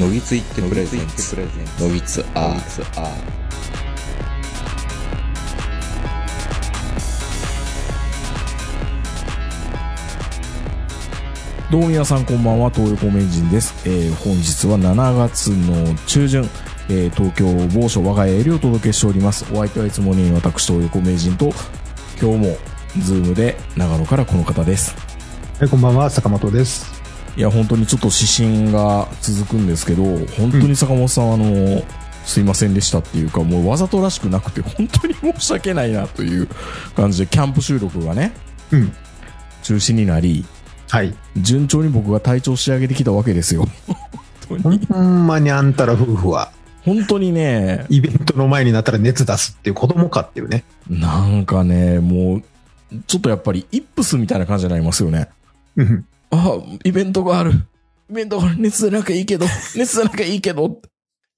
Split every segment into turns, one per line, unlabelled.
のぎついってプレゼンツ
プレゼン
のぎつアーツア
どうも皆さんこんばんは、東横名人です。えー本日は7月の中旬、えー東京某所我が家よりお届けしております。お相手はいつもに私、東横名人と、今日も、ズームで長野からこの方です。
はい、こんばんは、坂本です。
いや、本当にちょっと指針が続くんですけど、本当に坂本さんは、あの、すいませんでしたっていうか、もうわざとらしくなくて、本当に申し訳ないなという感じで、キャンプ収録がね、
うん。
中止になり、
はい。
順調に僕が体調を仕上げてきたわけですよ。本当に。
ほんまにあんたら夫婦は、
本当にね、
イベントの前になったら熱出すっていう子供かっていうね。
なんかね、もう、ちょっとやっぱりイップスみたいな感じになりますよね。
うん。
あ、イベントがある。イベントがある。熱でなきゃいい けど、熱でなきゃいいけど。
い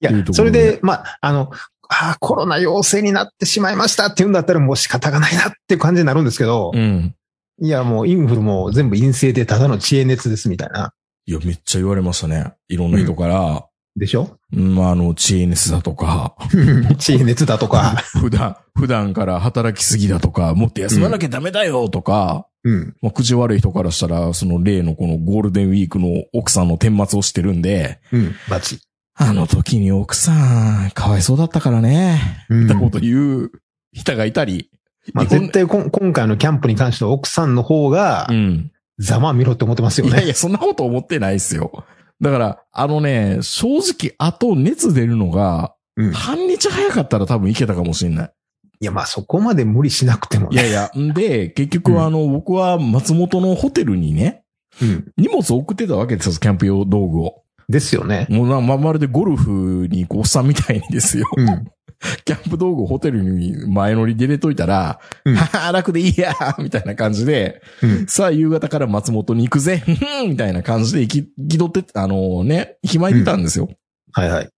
や
いいとこ
そ
ろ
れ
ね
で、まあ、あの、ああ、コロナ陽性になってしまいましたっていうんだったらもう仕方がないなっていう感じになるんですけど、
うん。
いや、もうインフルも全部陰性でただの遅延熱ですみたいな。
いや、めっちゃ言われましたね。いろんな人から、
でしょ
うん、まあ、あの、遅延熱だと か、
遅延熱だとか。
普段、普段から働きすぎだとか、もっと休まなきゃダメだよとか、
うん。
まあ、口悪い人からしたら、その例のこのゴールデンウィークの奥さんの顛末をしてるんで、
うん。バチ。
あの時に奥さん、かわいそうだったからね。
うん
ったこと言う人がいたり。
まあ、
日本
絶対こん今回のキャンプに関しては奥さんの方が
う、ん。
ざまあ見ろって思ってますよ
いやい
ね。
や、そんなこと思ってないですよ。だから、あのね、正直、あと熱出るのが、
うん。い
半日早かったら多分いけたかもしれない。
や、まあそこまで無理しなくても
い
ね。
やいや、んで、結局あの、僕は松本のホテルにね、
うん。
荷物を送ってたわけですよ、キャンプ用道具を。
ですよね。
もうな、ま、まるでゴルフにこう、おっさんみたいにですよ。
うん。
キャンプ道具をホテルに前乗りで入れといたら、
うん
はは 楽でいいやみたいな感じで、
うん。
さあ、夕方から松本に行くぜ、 ふふんみたいな感じで行き、気取って、あのね、暇いてたんですよ。
はいはい。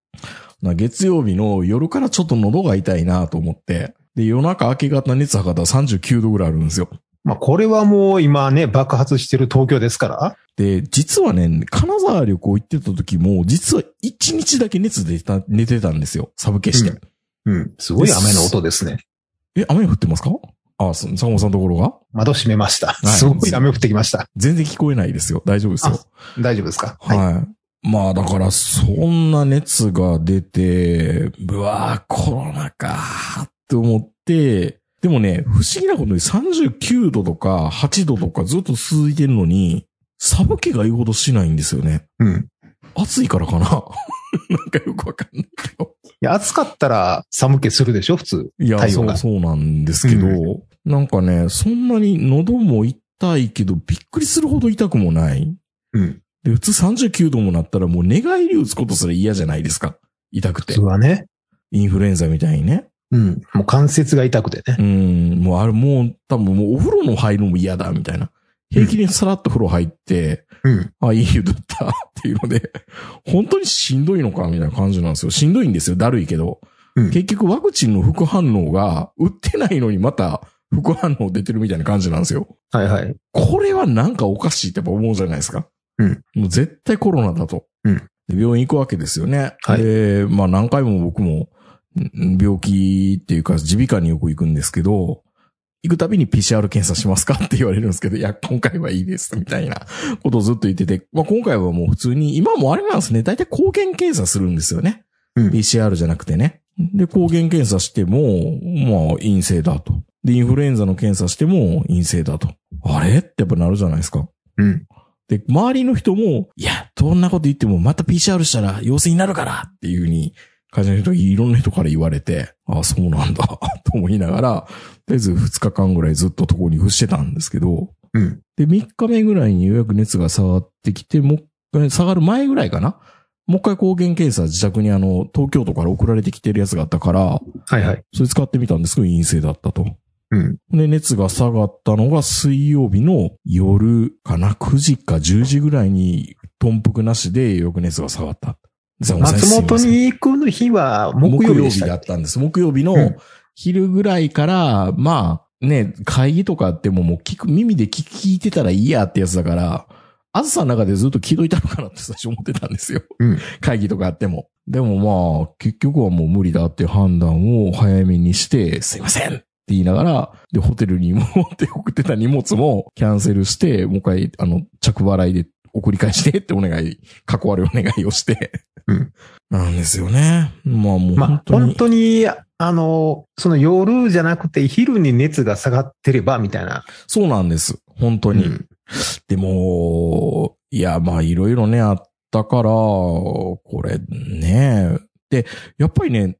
な月曜日の夜からちょっと喉が痛いなと思って、で、夜中明け方熱測ったら39度ぐらいあるんですよ。
まあ、これはもう今ね、爆発してる東京ですから。
で、実はね、金沢旅行行ってた時も、実は1日だけ熱出た、寝てたんですよ。サブ消して。
うんうん。すごい雨の音ですね。
え、雨降ってますかあ、そ坂本さんのところが
窓閉めました。
い
すごい雨降ってきました。
全然聞こえないですよ。大丈夫ですよ。
大丈夫ですか
はい。まあだから、そんな熱が出て、うわぁ、コロナかーって思って、でもね、不思議なことに39度とか8度とかずっと続いてるのに、寒気が言うほどしないんですよね。
うん。
暑いからかな なんかよくわかんないけど。
いや、暑かったら寒気するでしょ普通。
いや、
体
そ
温
う、
が
そうなんですけど、なんかね、そんなに喉も痛いけど、びっくりするほど痛くもない。
うん。
で、普通39度もなったらもう寝返り打つことすら嫌じゃないですか。痛く
普
て
通。はね。
インフルエンザみたいにね。
うん。もう関節が痛くてね。
うん、もうあれもう多分もうお風呂の入るのも嫌だみたいな。平気にさらっと風呂入って、
うん。
あ、いい湯だったっていうので、本当にしんどいのかみたいな感じなんですよ。しんどいんですよ。だるいけど。
うん
結局ワクチンの副反応が打ってないのにまた副反応出てるみたいな感じなんですよ。
はいはい。
これはなんかおかしいってやっぱ思うじゃないですか。
うん。
もう絶対コロナだと。
うん
で病院行くわけですよね。
はい
で、まあ何回も僕も、ん病気っていうか、耳鼻科によく行くんですけど、行くたびに PCR 検査しますかって言われるんですけど、いや、今回はいいです、みたいな ことをずっと言ってて、まあ今回はもう普通に、今もあれなんですね、大体抗原検査するんですよね。
うん
PCR じゃなくてね。で、抗原検査しても、まあ陰性だと。で、インフルエンザの検査しても陰性だと。あれってやっぱなるじゃないですか。
うん。
で、周りの人も、いや、どんなこと言ってもまた PCR したら陽性になるからっていうふうに、会社の人、いろんな人から言われて、ああ、そうなんだ、と 思いながら、とりあえず2日間ぐらいずっと床に伏してたんですけど、
うん。
で、3日目ぐらいにようやく熱が下がってきて、もう一回、下がる前ぐらいかな。もう一回抗原検査自宅にあの、東京都から送られてきてるやつがあったから、
はいはい。
それ使ってみたんですけど、陰性だったと。
うん。
で、熱が下がったのが水曜日の夜かな、9時か10時ぐらいに、頓服なしで翌熱が下がった。松
松本に行くの日は木曜日でし
だ
た
っ
っけ。
たんです。木曜日の
うん
昼ぐらいから、まあね、会議とかあってももう聞く、耳で聞聞いてたらいいやってやつだから、あずさの中でずっと聞いといたのかなって最初思ってたんですよ。
うん
会議とかあっても。でもまあ、結局はもう無理だっていう判断を早めにして、すいませんって言いながら、で、ホテルに持って送ってた荷物もキャンセルして、もう一回、あの、着払いで送り返してってお願い、過去あるお願いをして。
うん
なんですよね。まあもう
まあ
本、当に。
本当に、あの、その夜じゃなくて昼に熱が下がってれば、みたいな。
そうなんです。本当に。
うん
でも、いや、まあ、いろいろね、あったから、これね。で、やっぱりね、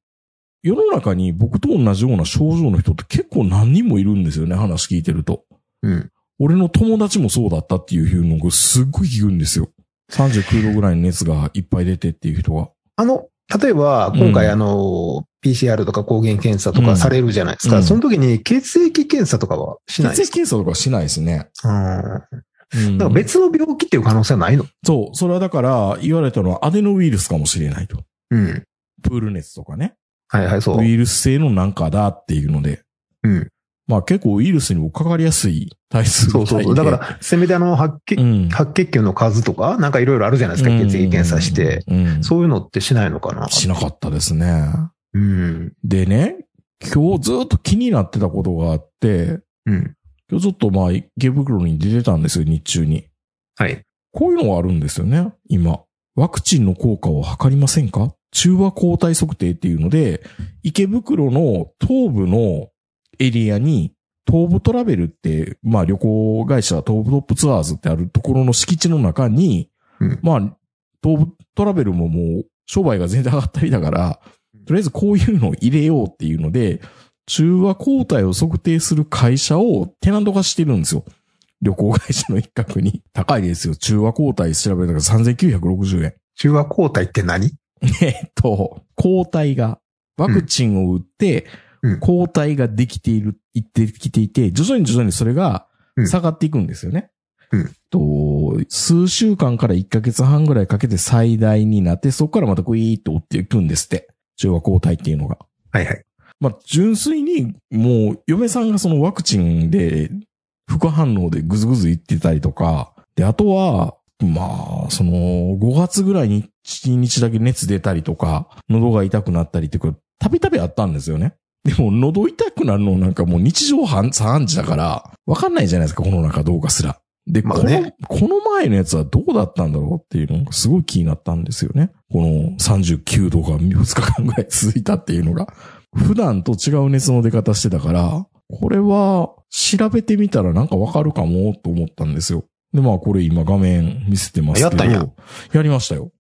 世の中に僕と同じような症状の人って結構何人もいるんですよね、話聞いてると。
うん。
俺の友達もそうだったっていうのがすっごい聞くんですよ。39度ぐらいの熱がいっぱい出てっていう人が。
あの、例えば、今回、
うん
あの、PCR とか抗原検査と
う
か
ん
されるじゃないです
う
か。
ん
その時に血液検査とかはし
血
ないん
液
ですか
検査とかしないですね。
うん
うん
だから別の病気っていう可能性はないの
そう。それはだから、言われたのはアデノウイルスかもしれないと。
うん。
プール熱とかね。
はいはい、そう
ウ。イルス性のなんかだっていうので。
うん。
まあ結構ウイルスにもかかりやすい体数みた
そ
いうで
そうそう。だか、ら、せめてあの、白血
う、ん。
白血球の数とか、なんかいろいろあるじゃないですか。血液検査して。
うん、うん
そういうのってしないのかな
しなかったですね。
うん。
でね、今日ずっと気になってたことがあって、
うん。
今日ちょっとまあ池袋に出てたんですよ、日中に。
はい。
こういうのがあるんですよね、今。ワクチンの効果を測りませんか中和抗体測定っていうので、池袋の東部のエリアに、東部トラベルって、まあ旅行会社、東部トップツアーズってあるところの敷地の中に、
うん
まあ、東部トラベルももう商売が全然上がったりだから、とりあえずこういうのを入れようっていうので、中和抗体を測定する会社をテナント化してるんですよ。旅行会社の一角に。高いですよ。中和抗体調べたら3960円。
中和抗体って何
えっと、抗体が、ワクチンを打って
うん、
抗体ができている、いってきていて、徐々に徐々にそれが
うん
下がっていくんですよね。
うん
と数週間から1ヶ月半ぐらいかけて最大になって、そこからまたグイーッと追っていくんですって。中和抗体っていうのが。
はいはい。
まあ、純粋に、もう、嫁さんがそのワクチンで、副反応でぐずぐず言ってたりとか、で、あとは、まあ、その、5月ぐらいに1日だけ熱出たりとか、喉が痛くなったりっていうか、たびたびあったんですよね。でも、喉痛くなるのなんかもう日常半3時だから、わかんないじゃないですか、この中どうかすら。で、
まあね
この、この前のやつはどうだったんだろうっていうのがすごい気になったんですよね。この39度が2日間ぐらい続いたっていうのが。普段と違う熱の出方してたから、これは調べてみたらなんかわかるかもと思ったんですよ。で、まあこれ今画面見せてますけど。
やったんや
やりましたよ。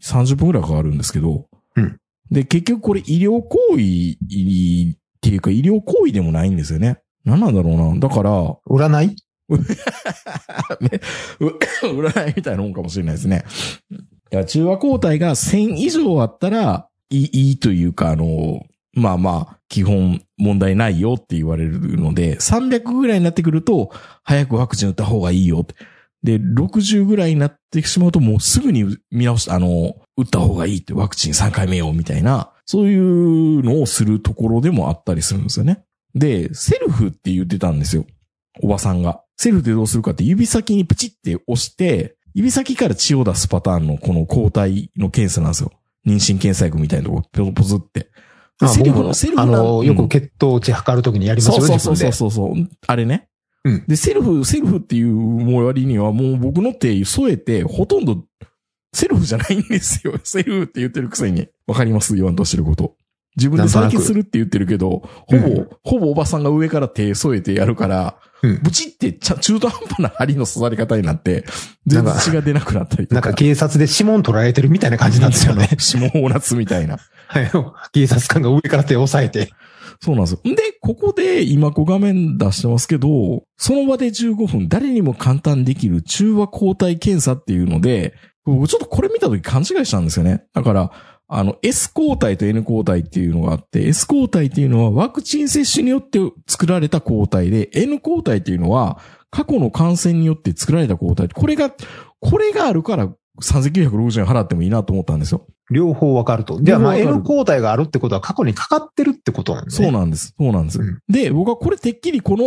30分ぐらいかかるんですけど。
うん
で、結局これ医療行為っていうか医療行為でもないんですよね。何なんだろうな。だから、
占い
う 占いみたいなもんかもしれないですね。いや中和抗体が1000以上あったら、いい、いいというか、あの、まあまあ、基本問題ないよって言われるので、300ぐらいになってくると、早くワクチン打った方がいいよって。で、60ぐらいになってしまうと、もうすぐに見直して、あの、打った方がいいって、ワクチン3回目よ、みたいな、そういうのをするところでもあったりするんですよね。で、セルフって言ってたんですよ。おばさんが。セルフでどうするかって指先にプチって押して、指先から血を出すパターンのこの抗体の検査なんですよ。妊娠検査薬みたいなとこ、ポロポズって。
あ
セルフ
僕
の、セルフ
あの、
うん
よく血糖値測るときにやりますよね、
そうそ
自
う
分
そう
で。
そうそうそう。あれね。
うん
で、セルフ、セルフっていうもう割にはもう僕の手添えて、ほとんどセルフじゃないんですよ。 セルフって言ってるくせに。わかります言わんとしてること。自分で
な
再
んと
起
なく
するって言ってるけど、ほぼ、
うん
ほぼおばさんが上から手添えてやるから、
うん
ブチってちゃ中途半端な針の刺さり方になって、全然血が出なくなったりと
なんか警察で指紋取られてるみたいな感じなんですよね。
指紋をなつみたいな。
はい。警察官が上から手を押さえて。
そうなんですよ。んで、ここで今こう画面出してますけど、その場で15分誰にも簡単できる中和抗体検査っていうので、僕ちょっとこれ見た時勘違いしたんですよね。だから、あの S 抗体と N 抗体っていうのがあって、S 抗体っていうのはワクチン接種によって作られた抗体で、N 抗体っていうのは過去の感染によって作られた抗体。これが、これがあるから3960円払ってもいいなと思ったんですよ。
両方わかると。じゃあ、まあ、
両方わかる
N 抗体があるってことは過去にかかってるってことなんです
そ
ね。
うなんです。そうなんです。
うん
で、僕はこれてっきりこの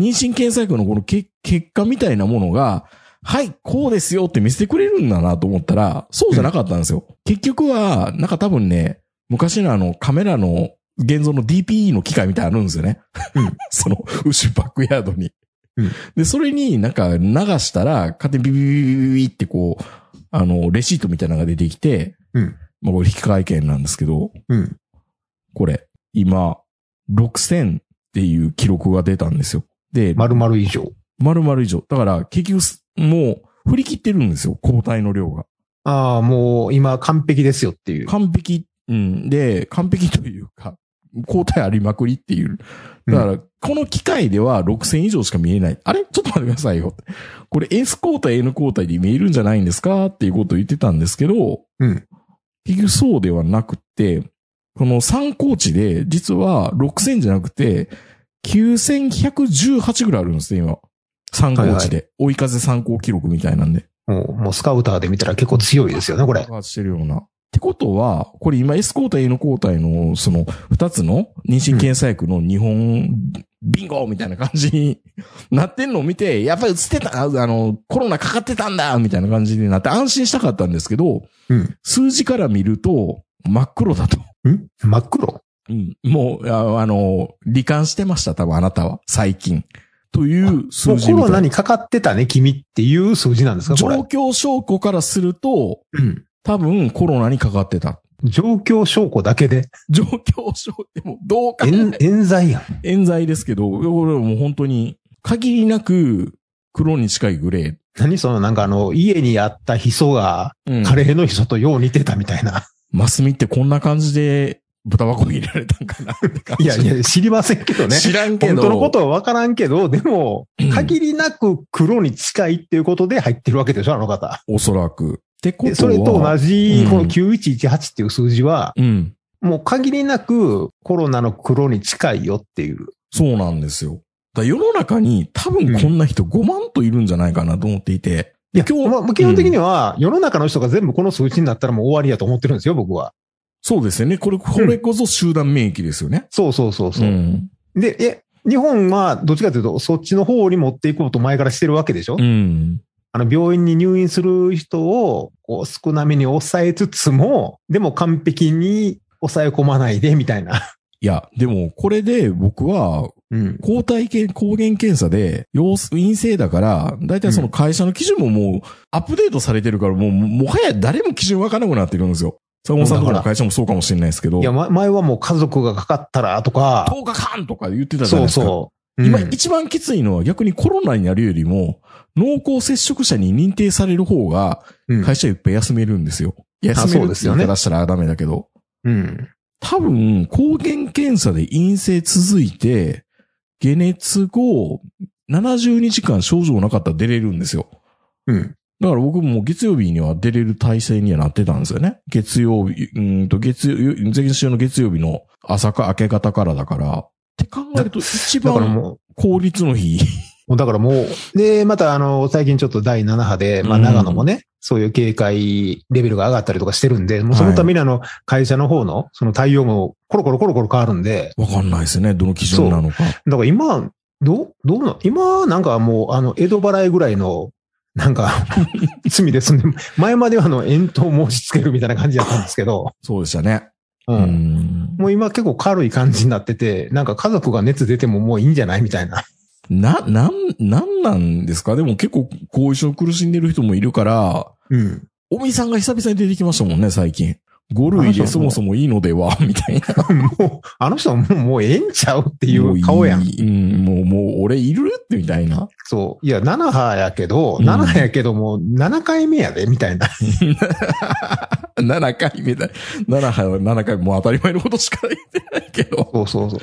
妊娠検査薬のこのけ結果みたいなものが、はい、こうですよって見せてくれるんだなと思ったら、そうじゃなかったんですよ。結局は、なんか多分ね、昔のあのカメラの現像の DPE の機械みたいなのあるんですよね。 その、ウシュバックヤードに。
うん
で、それになんか流したら、勝手にビビビビビビってこう、あの、レシートみたいなのが出てきて、
うん
まあこれ引き換え券なんですけど、
うん。
これ、今、6000っていう記録が出たんですよ。で、
丸々以上。
丸々以上。だから、結局す、もう、振り切ってるんですよ、抗体の量が。
ああ、もう今完璧ですよっていう。
完璧、うん、で、完璧というか、抗体ありまくりっていう。だから、この機械では6000以上しか見えない。あれちょっと待ってくださいよ。これ S 抗体、N 抗体で見えるんじゃないんですかっていうことを言ってたんですけど、
うん
結局そうではなくて、この参考値で、実は6000じゃなくて、9118ぐらいあるんですね、今。参考値で。追い風参考記録みたいなんで。
もう、もうスカウターで見たら結構強いですよね、これ。
爆発してるような。ってことは、これ今 S 抗体 N 抗体の、その、二つの妊娠検査薬の日本、ビンゴみたいな感じに なってんのを見て、やっぱり映ってた、ああの、コロナかかってたんだみたいな感じになって安心したかったんですけど、
うん
数字から見ると、真っ黒だと。
ん真っ黒
うんもうあ、あの、罹患してました、多分あなたは、最近。という
も
数
う
字
コ
み
ロ
た
ナ
い
にかかってたね、君っていう数字なんですか、こ
状
れ。
況証拠からすると、
うん
多分コロナにかかってた。
状況証拠だけで。
状況証でも、どうか、
冤 冤罪やん。
冤罪ですけど、これはもう本当に、限りなく、黒に近いグレ
何そのなんかあの、家にあったヒ素が、
ー。うん
カレーのヒ素とよう似てたみたいな。
マスミってこんな感じで、豚箱に入れられたんかなって感
い
じ。
やいや、 知りませんけどね。
知らんけ
本
ど。
当のことは分からんけど、でも、限りなく黒に近いっていうことで入ってるわけでしょ、あの方。
おそらく。ってこと
で、
は。
それと同じ
う、ん
この9118っていう数字は、
うん。
もう限りなくコロナの黒に近いよっていう。
そうなんですよ。だから世の中に多分こんな人5万といるんじゃないかなと思っていて。
いや、
今日
まあ、基本的には、世の中の人が全部この数値になったらもう終わりやと思ってるんですよ、僕は。
そうですよね。これ、これこそ集団免疫ですよね。
そうそうそうそう。
ん。
で、え、日本はどっちかというと、そっちの方に持っていこうと前からしてるわけでしょ、
うん。
あの、病院に入院する人を、こう、少なめに抑えつつも、でも完璧に抑え込まないで、みたいな。
いや、でも、これで僕は、
うん。
抗体検、抗原検査で、陽性陰性だから、だいたいその会社の基準ももう、アップデートされてるから、もう、もはや誰も基準わからなくなってるんですよ。坂本さんとかの会社もそうかもしれないですけど、
いや、
10
ま前はもう家族がかかったら、とか、
日間とか言ってたじゃないう
そ
ですか。
そう。
今
うん
一番きついのは逆にコロナになるよりも、濃厚接触者に認定される方が、
うん
会社いっぱい休めるんですよ。休め
そう
る
で
って
す
言
よ
い
ね
方したらダメだけど。
うん。
多分、抗原検査で陰性続いて、解熱後、72時間症状なかったら出れるんですよ。
うん。
だから僕も月曜日には出れる体制にはなってたんですよね。月曜日、うーんと、月曜、前週の月曜日の朝か明け方からだから。って考えると一
だから
番
もう、
効率の日。
もうだからもう、で、またあの、最近ちょっと第7波で、まあ
うん
長野もね、そういう警戒レベルが上がったりとかしてるんで、もうそのためにあの、会社の方の、その対応もコロコロコロコロ変わるんで、
わかんないですね。どの基準なのか。
だから今、どう、どうな、今なんかもう、あの、江戸払いぐらいの、な んか、罪ですね。前まではあの、遠投申し付けるみたいな感じだったんですけど、
そうでしたね。
う。
うんん。
もう今結構軽い感じになってて、なんか家族が熱出てももういいんじゃないみたいな。
な、なん、なんなんですかでも結構後遺症苦しんでる人もいるから、
うん。
おみさんが久々に出てきましたもんね、最近。5類でそもそもいいのでは、みたいな。
もう、あの人はもう、もうええんちゃうっていう顔やん
もう。いいうん、もう、もう俺いるってみたいな。
そう。いや、7波やけど、
うん
7波やけども、7回目やで、みたいな。
7回目だ。7回は7回、もう当たり前のことしか言ってないけど。
そうそうそう。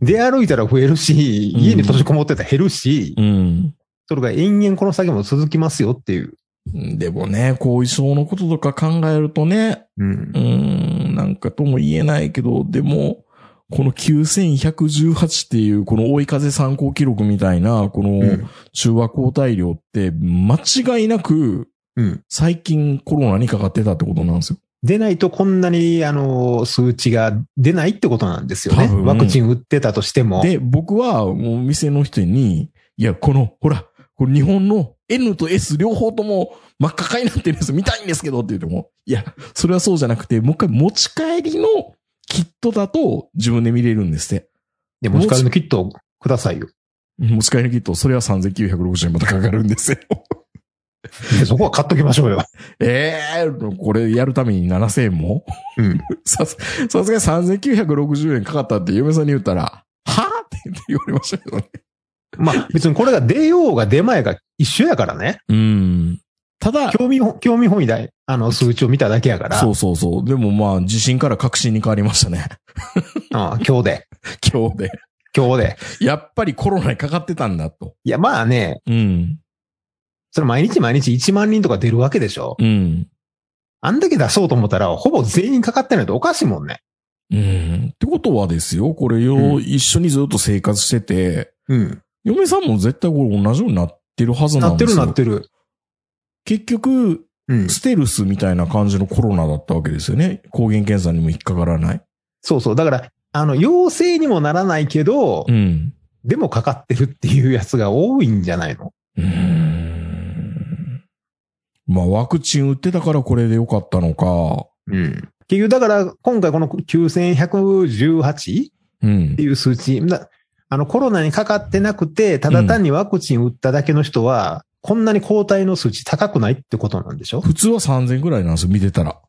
出歩いたら増えるし、
うん
家に閉じこもってたら減るし、
うん。
それが延々この先も続きますよっていう。
でもね、後遺症のこととか考えるとね、
うん
う。ん、なんかとも言えないけど、でも、この9118っていう、この追い風参考記録みたいな、こ
う
の
ん
中和抗体量って、間違いなく、
うん。
最近コロナにかかってたってことなんですよ。
出ないとこんなに、あの、数値が出ないってことなんですよ
多
ね。
分
ワクチン打ってたとしても。
で、僕はもう店の人に、いや、この、ほら、これ日本の N と S 両方とも真っ赤かになってるやつ見たいんですけどって言っても、いや、それはそうじゃなくて、もう一回持ち帰りのキットだと自分で見れるんですって。
で、持ち帰りのキットをくださいよ。
持ち帰りのキット、それは3960円またかかるんですよ。
で そこは買っときましょうよ。
え えこれやるために7000円も
うん。
さす、さすがに3960円かかったって嫁さんに言ったら、はって言われましたけどね。
まあ、別にこれが出ようが出まいが一緒やからね。
うん。ただ、
興味本、興味本位だい、あの、数値を見ただけやから。
そうそうそう。でもまあ、自信から確信に変わりましたね。
ああ今日で。
今日で。
今日で。
やっぱりコロナにかかってたんだと。
いや、まあね、
うん。
それ毎日毎日1万人とか出るわけでしょ。
うん。
あんだけ出そうと思ったら、ほぼ全員かかってないとおかしいもんね。
うん。ってことはですよ、これ
う
よ、
ん
一緒にずっと生活してて、
うん。
嫁さんも絶対これ同じようになってるはず
な
なん
っ
で
て
す
る
よ。
なってる。
結局、
うん。
ステルスみたいな感じのコロナだったわけですよね。抗原検査にも引っかからない。
そうそう。だから、あの、陽性にもならないけど、
うん。
でもかかってるっていうやつが多いんじゃないの
うーん。まあ、ワクチン打ってたからこれでよかったのか。
うん。結局、だから、今回この 9118?
うん
って。いう数値。なあの、コロナにかかってなくて、ただ単にワクチン打っただけの人は、こんなに抗体の数値高くないってことなんでしょ
普通は3000ぐらいなんですよ、見てたら。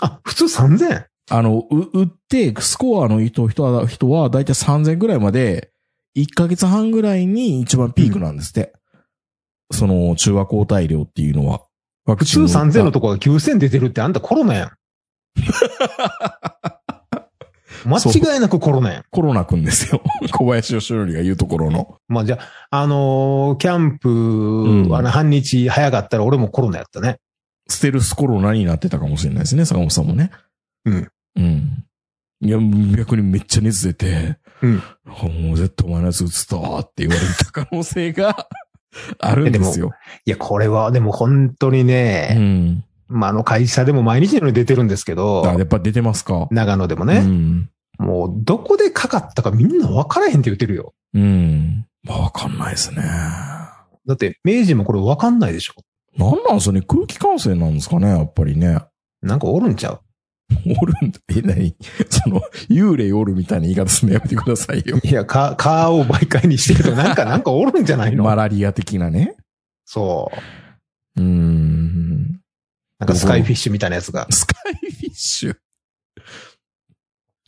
あ、普通 3000?
あの、う、打って、スコアの人、人は、人は、だいたい3000ぐらいまで、1ヶ月半ぐらいに一番ピークなんですって。その、中和抗体量っていうのは。ワク
普
チ
通
ンを打った
3000のとこが9000出てるってあんたコロナやん。間違いなくコロナやん。
コロナくんですよ。 小林義則が言うところの。
まあじゃあ、あのーキャンプ、
ん
あの、半日早かったら俺もコロナやったね。
ステルスコロナになってたかもしれないですね、坂本さんもね。
うん。
うん。いや、逆にめっちゃ熱出て、
うん
もう絶対お前のやつ映ったわって言われた可能性が あるんですよ。
いや、これはでも本当に
う
ね、
ん。
まああの会社でも毎日のように出てるんですけ
あ、や
ど、
っぱ出てますか。
長野でも
う
ね、
ん。
もうどこでかかったかみんな分からへんって言ってるよ。
うん。まあ、わかんないですね。
だって、明治もこれ分かんないでしょ。
なんなんすかね空気感染なんですかねやっぱりね。
なんかおるんちゃう
おるんだ。え、なに その、幽霊おるみたいな言い方すんのやめてくださいよ。
いや、か、蚊を媒介にしてると、なんか、なんかおるんじゃな いの、
マラリア的なね。
そう。
うん。
なんかスカイフィッシュみたいなやつが。
スカイフィッシュ。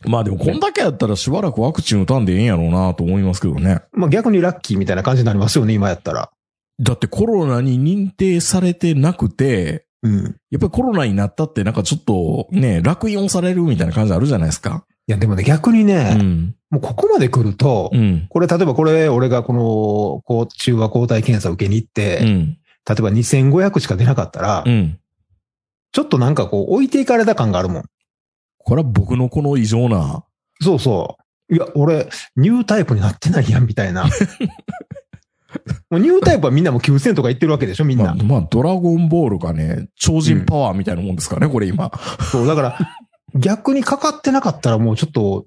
まあでもこんだけやったらしばらくワクチン打たんでええんやろうなと思いますけどね。
まあ逆にラッキーみたいな感じになりますよね、今やったら。
だってコロナに認定されてなくて、
うん。い
やっぱりコロナになったってなんかちょっとね、落印をされるみたいな感じあるじゃないですか。
や、でもね、逆に
う
ね、
ん。
もうここまで来ると、
うん。
これ、例えばこれ、俺がこの、こう、中和抗体検査受けに行って、
う
例
ん。
えば2500しか出なかったら、
うん。
ちょっとなんかこう、置いていかれた感があるもん。
これは僕のこの異常な、
そうそう。いや、俺、ニュータイプになってないやん、みた いな。もうニュータイプはみんなもう9000とか言ってるわけでしょ、みん
まあ、
な。
まあドラゴンボールがね、超人パワーみたいなもんですからね、これ 今。
そう、だから、逆にかかってなかったらもうちょっと、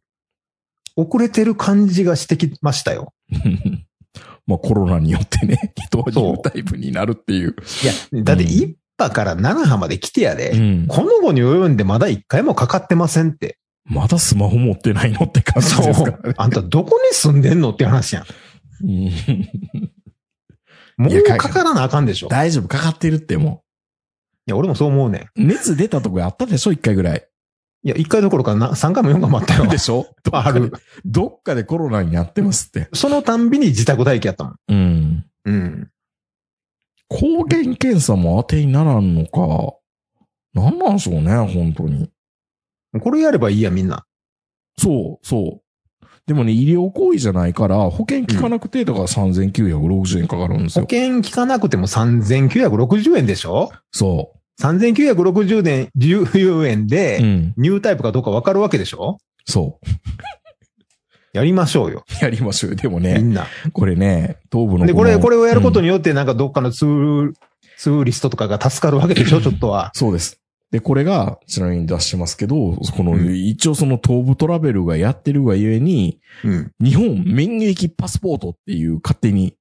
遅れてる感じがしてきましたよ。
まあコロナによってね、人はニュータイプになるっていう。
いや、だって1波から7波まで来てやで、
ん
この後に及んでまだ1回もかかってませんって。
まだスマホ持ってないのって感じですからね。
あんたどこに住んでんのって話やん。
うん
も
いや
う
か
かからなあかんでしょ。い
大丈夫、かかってるっても
や、俺もそう思うねん。
う。熱出たとこあったでしょ一回ぐらい。
いや、1回どころかな3回も4回もあったよ。
でしょどっ
あ
かで
る。
どっかでコロナになってますって。
そのたんびに自宅待機やったもん。
うん。
うん。
抗原検査も当てにならんのか。なんなんでしょうね、本当に。
これやればいいや、みんな。
そう、そう。でもね、医療行為じゃないから、保険効かなくて、だから3960円かかるんです
保
よ。
険聞かなくても3960円でしょ
そ
?3960 円、10円で、
う。うん。
ニュータイプかどうかわかるわけでしょ
そう。
やりましょうよ、
やりましょうよ。でも
み
ね、
んな。
これね、頭部の
で、これ、
の
これをやることによって、なんかどっかのツール、ツーリストとかが助かるわけでしょちょっとは。
そうです。で、これが、ちなみに出してますけど、この、
うん
一応その東部トラベルがやってるがゆえに、
うん。
日本免疫パスポートっていう勝手に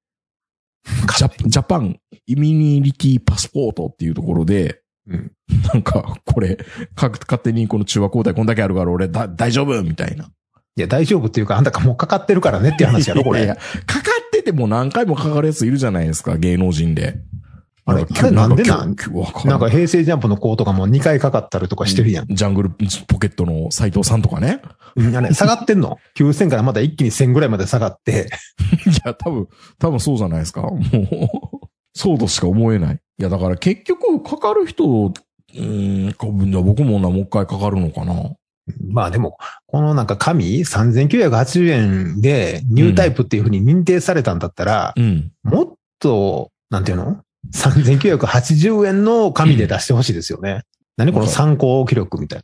ジャジャパンイミニリティパスポートっていうところで、
うん。
なんか、これ、か勝手にこの中和抗体こんだけあるから俺だ、大丈夫みたいな。
いや、大丈夫っていうか、あんたかもうかかってるからねっていう話やろ、こ
いや
れ
い。やかかってても何回もかかるやついるじゃないですか、芸能人で。
あれあれなんでなん
きょきょわかんな
ないんか平成ジャンプの子とかも2回かかったりとかしてるやん。
ジャングルポケットの斎藤さんとかね。
うん、あれ、下がってんの ?9000 からまだ一気に1000ぐらいまで下がって。
いや、多分、多分そうじゃないですか。もう、そうとしか思えない。いや、だから結局、かかる人、うーん、かじゃあ僕もな、もう一回かかるのかな。
まあでも、このなんか紙3980円でニュータイプっていうふうに認定されたんだったら、
うん。
もっと、なんていうの ?3980 円の紙で出してほしいですよね。何この参考記録みたい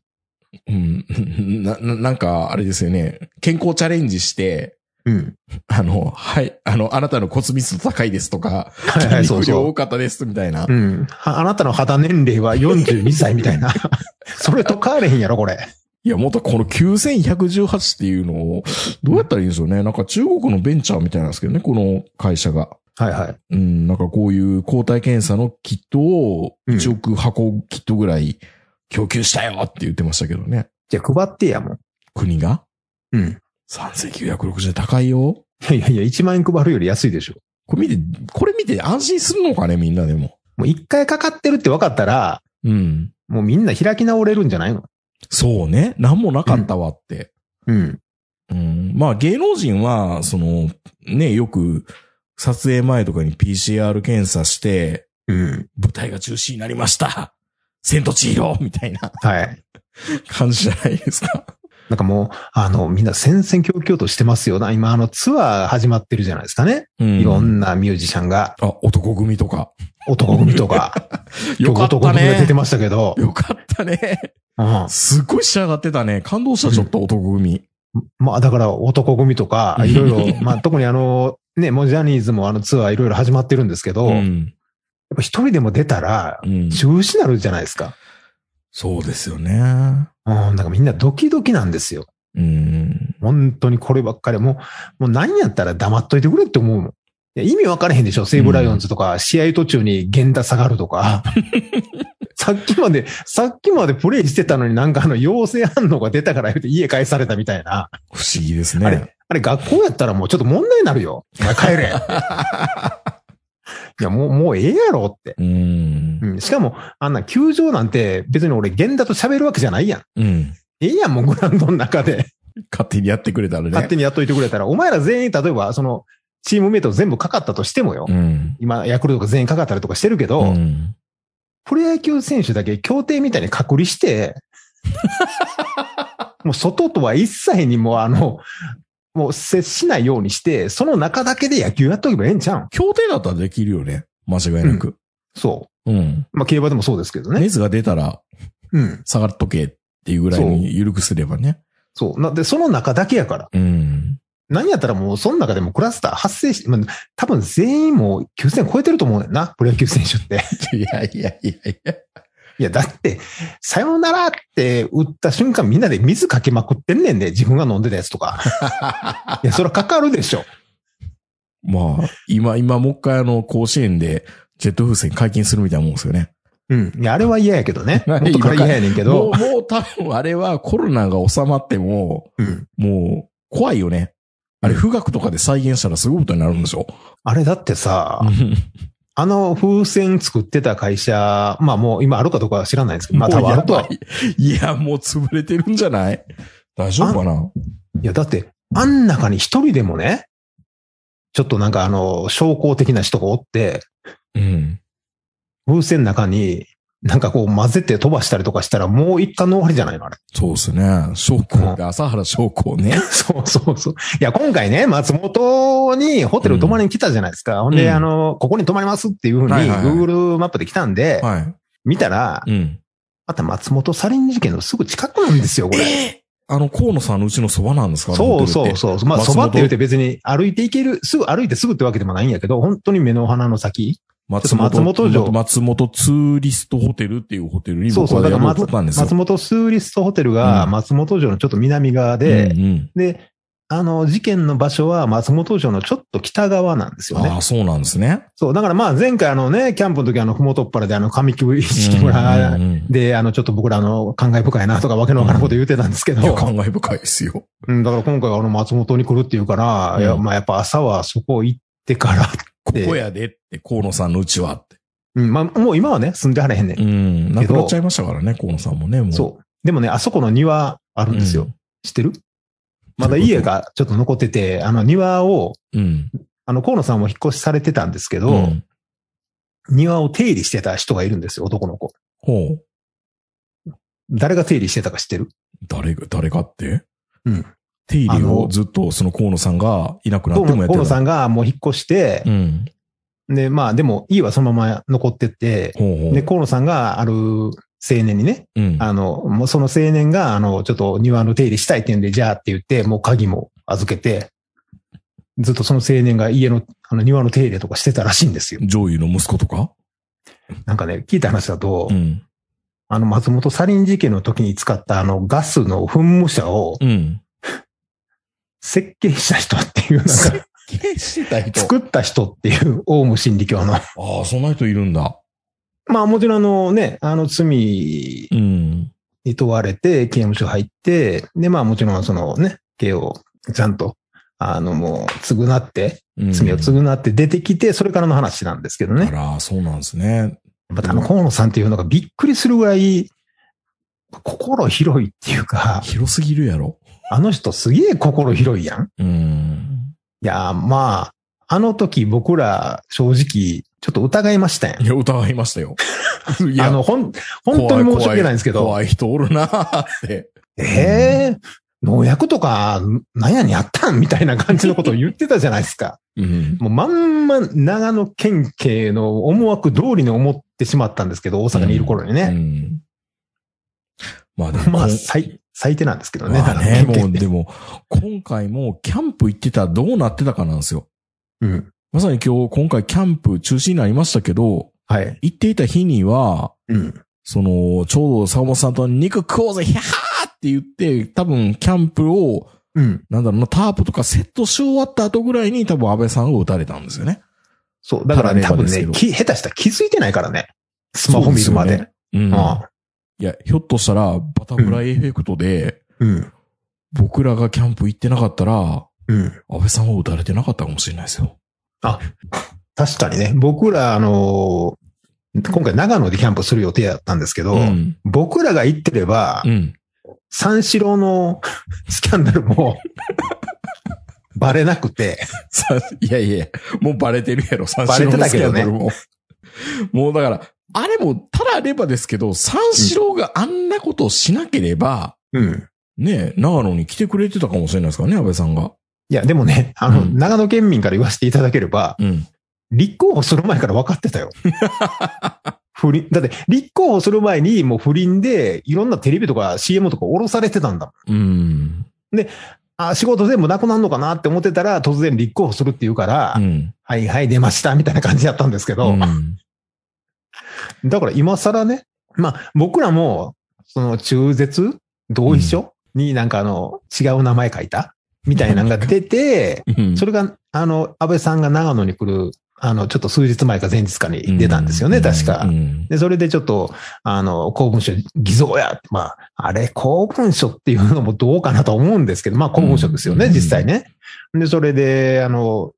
うん。な、ななんか、あれですよね。健康チャレンジして、
な。うん。
あの、はい、あの、あなたの骨密度高いですとか、
はいはい、
筋
そう
肉量
そ
多かったですみたいな
う。う。ん。はあなたの肌年齢は42歳みた いな。それと変われへんやろ、これ。
いや、もっとこの9118っていうのを、どうやったらいいんでしょうね。なんか中国のベンチャーみたいなんですけどね、この会社が。
はいはい。
うん、なんかこういう抗体検査のキットを
うん
1億箱キットぐらい供給したよって言ってましたけどね。
じゃあ配ってやもん。
国が
うん。
3960円高いよ。
いやいやいや、1万円配るより安いでしょ。
これ見て、これ見て安心するのかね、みんなでも。
もう一回かかってるって分かったら、
うん。
もうみんな開き直れるんじゃないの
そうね。なんもなかったわって。
うん。
うん、まあ芸能人は、その、ね、よく撮影前とかに PCR 検査して、
うん。
舞台が中止になりました。千と千尋みたい な
はい。
感じじゃないですか。
なんかもう、あの、みんな戦々恐々としてますよな。今、あの、ツアー始まってるじゃないですかね。
うん
いろんなミュージシャンが、
あ、男組とか。
男組とか、
よかった
男組が出て
ね。
ましたけど、
よかったね。
うん。
すっごい仕上がってたね。感動した、ちょっと男組。
まあ、だから男組とか、いろいろ、まあ、特にあの、ね、もうジャニーズもあのツアーいろいろ始まってるんですけど、
う
やっ
ん。
ぱ一人でも出たら、
うん。
中止になるじゃないですか。
そうですよね。
うん、なんかみんなドキドキなんですよ。
うん。
本当にこればっかり、もう、もう何やったら黙っといてくれって思うもん。いや意味分からへんでしょ西武ライオンズとか、試合途中に源田下がるとか。さっきまで、さっきまでプレイしてたのになんかあの陽性反応が出たから言うて家帰されたみたいな。
不思議です
あ
ね
れ。あれ学校やったらもうちょっと問題になるよ。お前帰れ。いや、もう、もうええやろって。
うん。
うん、しかも、あんな球場なんて別に俺源田と喋るわけじゃないやん。
うん。
ええやん、もうグラウンドの中で。
勝手にやってくれたらね。
勝手にやっといてくれたら、お前ら全員、例えば、その、チームメイト全部かかったとしてもよ、
うん。
今、ヤクルトが全員かかったりとかしてるけど、
うん
プロ野球選手だけ協定みたいに隔離 して、もう外とは一切にもうあの、もう接しないようにして、その中だけで野球やっとけばええんちゃうん
協定だったらできるよね。間違いなく。
そ
うん。
う。まあ、競馬でもそうですけどね。
熱が出たら
うん。
下がっとけっていうぐらいに緩くすればね。
そう。なで、その中だけやから。
うん。
何やったらもう、その中でもクラスター発生して、まあ、多分全員もう9000超えてると思うねんな、プロ野球選手って。
いやいやいやいや。
いや、だって、さよならって打った瞬間みんなで水かけまくってんねんで、自分が飲んでたやつと か。いや、それはかかるでしょ。
まあ、今、今もう一回あの、甲子園でジェット風船解禁するみたいなもんですよね。
うん。いや、あれは嫌やけ どね。もっとから嫌やねんけ
も
ど。
う、もう多分あれはコロナが収まっても、
うん。
もう怖いよね。あれ、富岳とかで再現したらすごいことになるんでしょ
あれだってさ、
う
あの風船作ってた会社、まあもう今あるかどうかは知らないですけど、
ん
まあ多分あ
も
る
う
と
や
は
ば。い。いや、もう潰れてるんじゃない大丈夫かない
や、だって、あん中に一人でもね、ちょっとなんかあの、商工的な人がおって、
うん。
風船の中に、なんかこう混ぜて飛ばしたりとかしたら、もう一旦の終わりじゃないのあれ。
そうですね。将校って、朝原将校ね。
そうそうそう。いや、今回ね、松本にホテル泊まりに来たじゃないですか。ほんで、
うん
あの、ここに泊まりますっていうふうに、
はいはいはい
Google マップで来たんで、
は
見たら
い。、うん。
また松本サリン事件のすぐ近くなんですよ、これ。
あの、河野さんのうちのそばなんですか
そうそうそう。まあ、
松
そ
本
ばって言うて別に歩いていける、すぐ歩いてすぐってわけでもないんやけど、本当に目の鼻の先。
松
ちょっと
本
松本城
松本ツーリストホテルっていうホテルに
そう
僕
そ
は
う。だか
やろ
ら
うと
松
思ったんですよ。
松本スーリストホテルが
うん
松本城のちょっと南側で、
うんうん
で、あの、事件の場所は松本城のちょっと北側なんですよ
あ
ね
あ、。そうなんですね。
そう、だからまあ前回あのね、キャンプの時あの、ふもとっぱらであの、上木式
う
村
んうんうん
で、あの、ちょっと僕らあの、感慨深いなとかわけのわからんこと言ってたんですけど
い、や、感慨深いですよ。
うん、だから今回はあの、松本に来るっていうから、
うん
いや、まあやっぱ朝はそこ行ってから、
ここやでって、河野さんのうちはって。
うん、まあもう今はね、住んではれへんねん。
うん。亡くなっちゃいましたからね、河野さんもね、もう。
そう。でもね、あそこの庭あるんですよ。知ってるまだ家がちょっと残ってて、あの庭を、
うん。うん。
あの、河野さんも引っ越しされてたんですけど、
うん
庭を手入れしてた人がいるんですよ、男の子。
ほう。
誰が手入れしてたか知ってる
誰が、誰がって
うん。
手入
あ
れを
の
ずっとその河野さんがいなくなって
河
もやってた。
野さんがもう引っ越して、
うん。
で、まあでも家はそのまま残ってて、
ほうほう。
で、河野さんがある青年にね、
うん。
あの、もうその青年が、あの、ちょっと庭の手入れしたいって言うんで、じゃあって言って、もう鍵も預けて、ずっとその青年が家の、あの庭の手入れとかしてたらしいんですよ。
上位の息子とか
なんかね、聞いた話だと、
うん。
あの、松本サリン事件の時に使ったあの、ガスの噴霧車を
うん。
設計した人っていう、なんか、
計してた人
作った人っていう、オウム真理教の。
ああ、そんな人いるんだ。
まあもちろんあのね、あの罪
うん。
に問われて、刑務所入って、で、まあもちろんそのね、刑をちゃんと、あのもう、償って、
うん
罪を償って出てきて、それからの話なんですけど
あ
ね。
ら、そうなんですね。
またあの、河野さんっていうのがびっくりするぐらい、心広いっていうか、
広すぎるやろ。
あの人すげえ心広いやん。
うん。
いやー、まあ、あの時僕ら正直、ちょっと疑いましたやん
い。や、疑いました よ。い
あの、ほん、本当に申し訳ないんですけど、
怖い怖い人おるなーって。
ええ農薬とか、なんやにやったんみたいな感じのことを言ってたじゃないですか。
うん。
もうまんま長野県警の思惑通りに思ってしまったんですけど、大阪にいる頃に
う
ね。
ん。 まあでも、
まあ、
こん
最、最低なんですけどね。
まあ
長野
ね、
県
もう
警って
でも、今回もキャンプ行ってたらどうなってたかなんですよ。
うん。
まさに今日、今回キャンプ中止になりましたけど、
はい。
行っていた日には、
うん。
その、ちょうど坂本さんと肉食おうぜ、ひゃーって言って、多分キャンプを、
うん。
なんだろうな、タープとかセットし終わった後ぐらいに多分安倍さんが撃たれたんですよね。
そう。だからね、
た
多
だね
分
ですけ
ね
ど、
き下手したら気づいてないからね。スマホ見るまで。
そうすよねうん。いや、ひょっとしたら、バタフライエフェクトで、
うん。
僕らがキャンプ行ってなかったら、
うん。うん。
安倍さんは撃たれてなかったかもしれないですよ。
確かにね、僕ら、あのー今回長野でキャンプする予定だったんですけど、
ん。
僕らが行ってれば、
うん。
三四郎の スキャンダルも、 バレなくて、
さいやいや、も うバレてるやろ、三
バ
四
レ
郎
て
の
た
ス
け
キャ
ど
ン
ね
ダルも。 もうだから、あれも、ただあればですけど、三四郎があんなことをしなければ、
うん。
ねえ、長野に来てくれてたかもしれないですからね、安倍さんが。
いや、でもね、あの、
うん
長野県民から言わせていただければ、
うん。
立候補する前から分かって たよ。不倫、だって、立候補する前にもう不倫で、いろんなテレビとか CM とか降ろされてたんだもん。
うん。
あ、仕事全部なくなるのかなって思ってたら、突然立候補するって言うから、
うん。
はいはい、出ました、みたいな感じだったんですけ
う
ど、
ん
だから今更ね、まあ僕らも、その中絶同意書、になんかあの、違う名前書いたみたいなのが出て、
うん
それが、あの、安倍さんが長野に来る、あの、ちょっと数日前か前日かに出たんですよね、
う
確
う
か。
ん
で、それでちょっと、あの、公文書偽造や。まあ、あれ、公文書っていうのもどうかなと思うんですけど、まあ公文書ですよね、
うん
実際ね。で、それで、あの、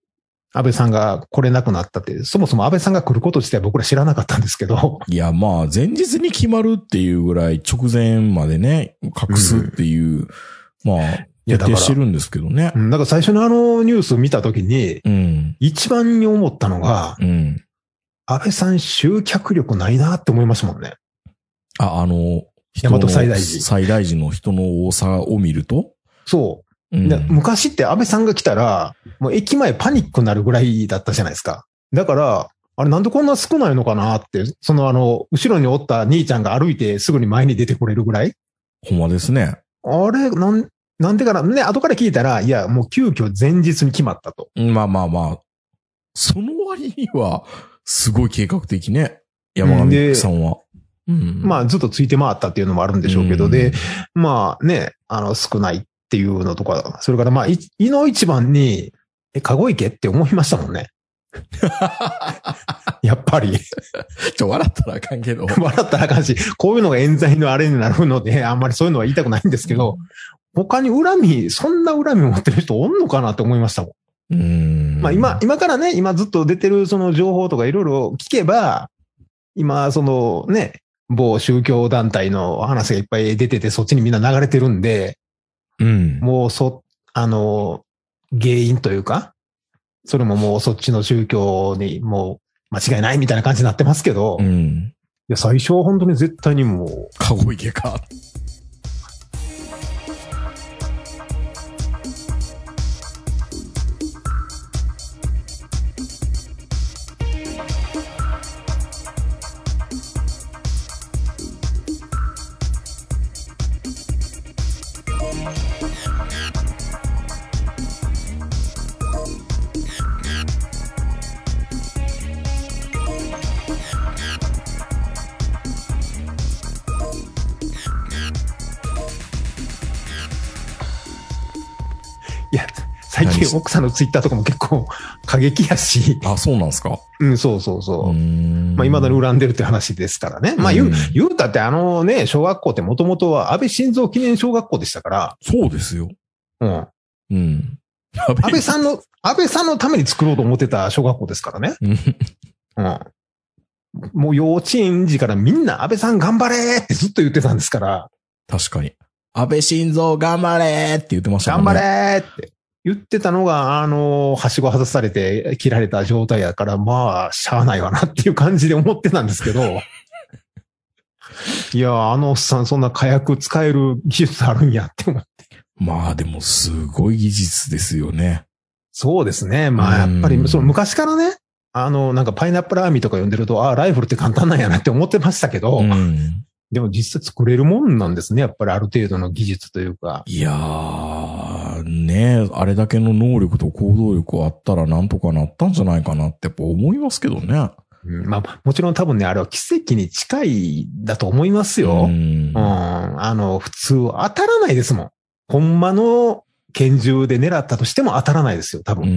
安倍さんが来れなくなったって、そもそも安倍さんが来ること自体僕ら知らなかったんですけど、
いや、まあ、前日に決まるっていうぐらい、直前までね、隠すっていう、まあ、徹
やだから
底してるんですけどね
う。ん、なんか最初のあのニュース見たときに、
うん。
一番に思ったのが、
うん。
安倍さん集客力ないなって思いましたもんね。
あ、あの、人
大
の
和西大寺
西大寺の人の多さを見ると、
そ
う
う。
ん
で昔って安倍さんが来たら、もう駅前パニックになるぐらいだったじゃないですか。だから、あれなんでこんな少ないのかなって、そのあの、後ろにおった兄ちゃんが歩いてすぐに前に出てこれるぐらい
ほんまですね。
あれ、なん、なんでかなね、後から聞いたら、いや、もう急遽前日に決まったと。
まあまあまあ、その割には、すごい計画的ね。山上さんは。うん。
まあ、ずっとついて回ったっていうのもあるんでしょうけど、
うん
で、まあね、あの、少ないっっていうのとか、それからまあ、い井の一番に、え、かご池って思いましたもんね。やっぱり、
ちょ、笑ったらあかんけど。
笑ったらあかんし、こういうのが冤罪のあれになるので、あんまりそういうのは言いたくないんですけど、他に恨み、そんな恨み持ってる人おんのかなって思いましたもん。
うーん。
まあ今、、今からね、今ずっと出てるその情報とかいろいろ聞けば、今、そのね、某宗教団体の話がいっぱい出てて、そっちにみんな流れてるんで、
うん。
もうそ、あの、原因というか、それももうそっちの宗教にもう間違いないみたいな感じになってますけど、
う
い
ん。
や最初は本当に絶対にもう、
かごいけか。
いや、最
何
近
し
奥さんのツイッターとかも結構 過激やし、
あ、そうなんすか。
うん、そうそうそう。
うーん。
まあ、未だに恨んでるって話ですからね。まあ、言
う、
うん言うたってあのね、小学校ってもともとは安倍晋三記念小学校でしたから、
そうですよ。
うん。
うん。
安倍さんの、 安倍さんのために作ろうと思ってた小学校ですからね。
うん。
うん。もう幼稚園児からみんな安倍さん頑張れってずっと言ってたんですから、
確かに。安倍晋三頑張れって言ってましたも
頑
んね。
張れって言ってたのが、あの、はしご外されて切られた状態やから、まあ、しゃあないわなっていう感じで思ってたんですけど、 いや、あのおっさんそんな火薬使える技術あるんやって思って
まあでもすごい技術ですよね。
そうですね。まあ、やっぱ
うん
り、その昔からね、あの、なんかパイナップルアーミーとか読んでると、ああ、ライフルって簡単なんやなって思ってましたけど、
うん。
でも実際作れるもんなんですね。やっぱりある程度の技術というか。
いやー、ねえあれだけの能力と行動力あったらなんとかなったんじゃないかなってやっぱ思いますけどね。
うんまあ、もちろん多分ね、あれは奇跡に近いだと思います
う
よ。うん。
ん。
あの、普通当たらないですもん。ほんまの拳銃で狙ったとしても当たらないですよ。多
う
分。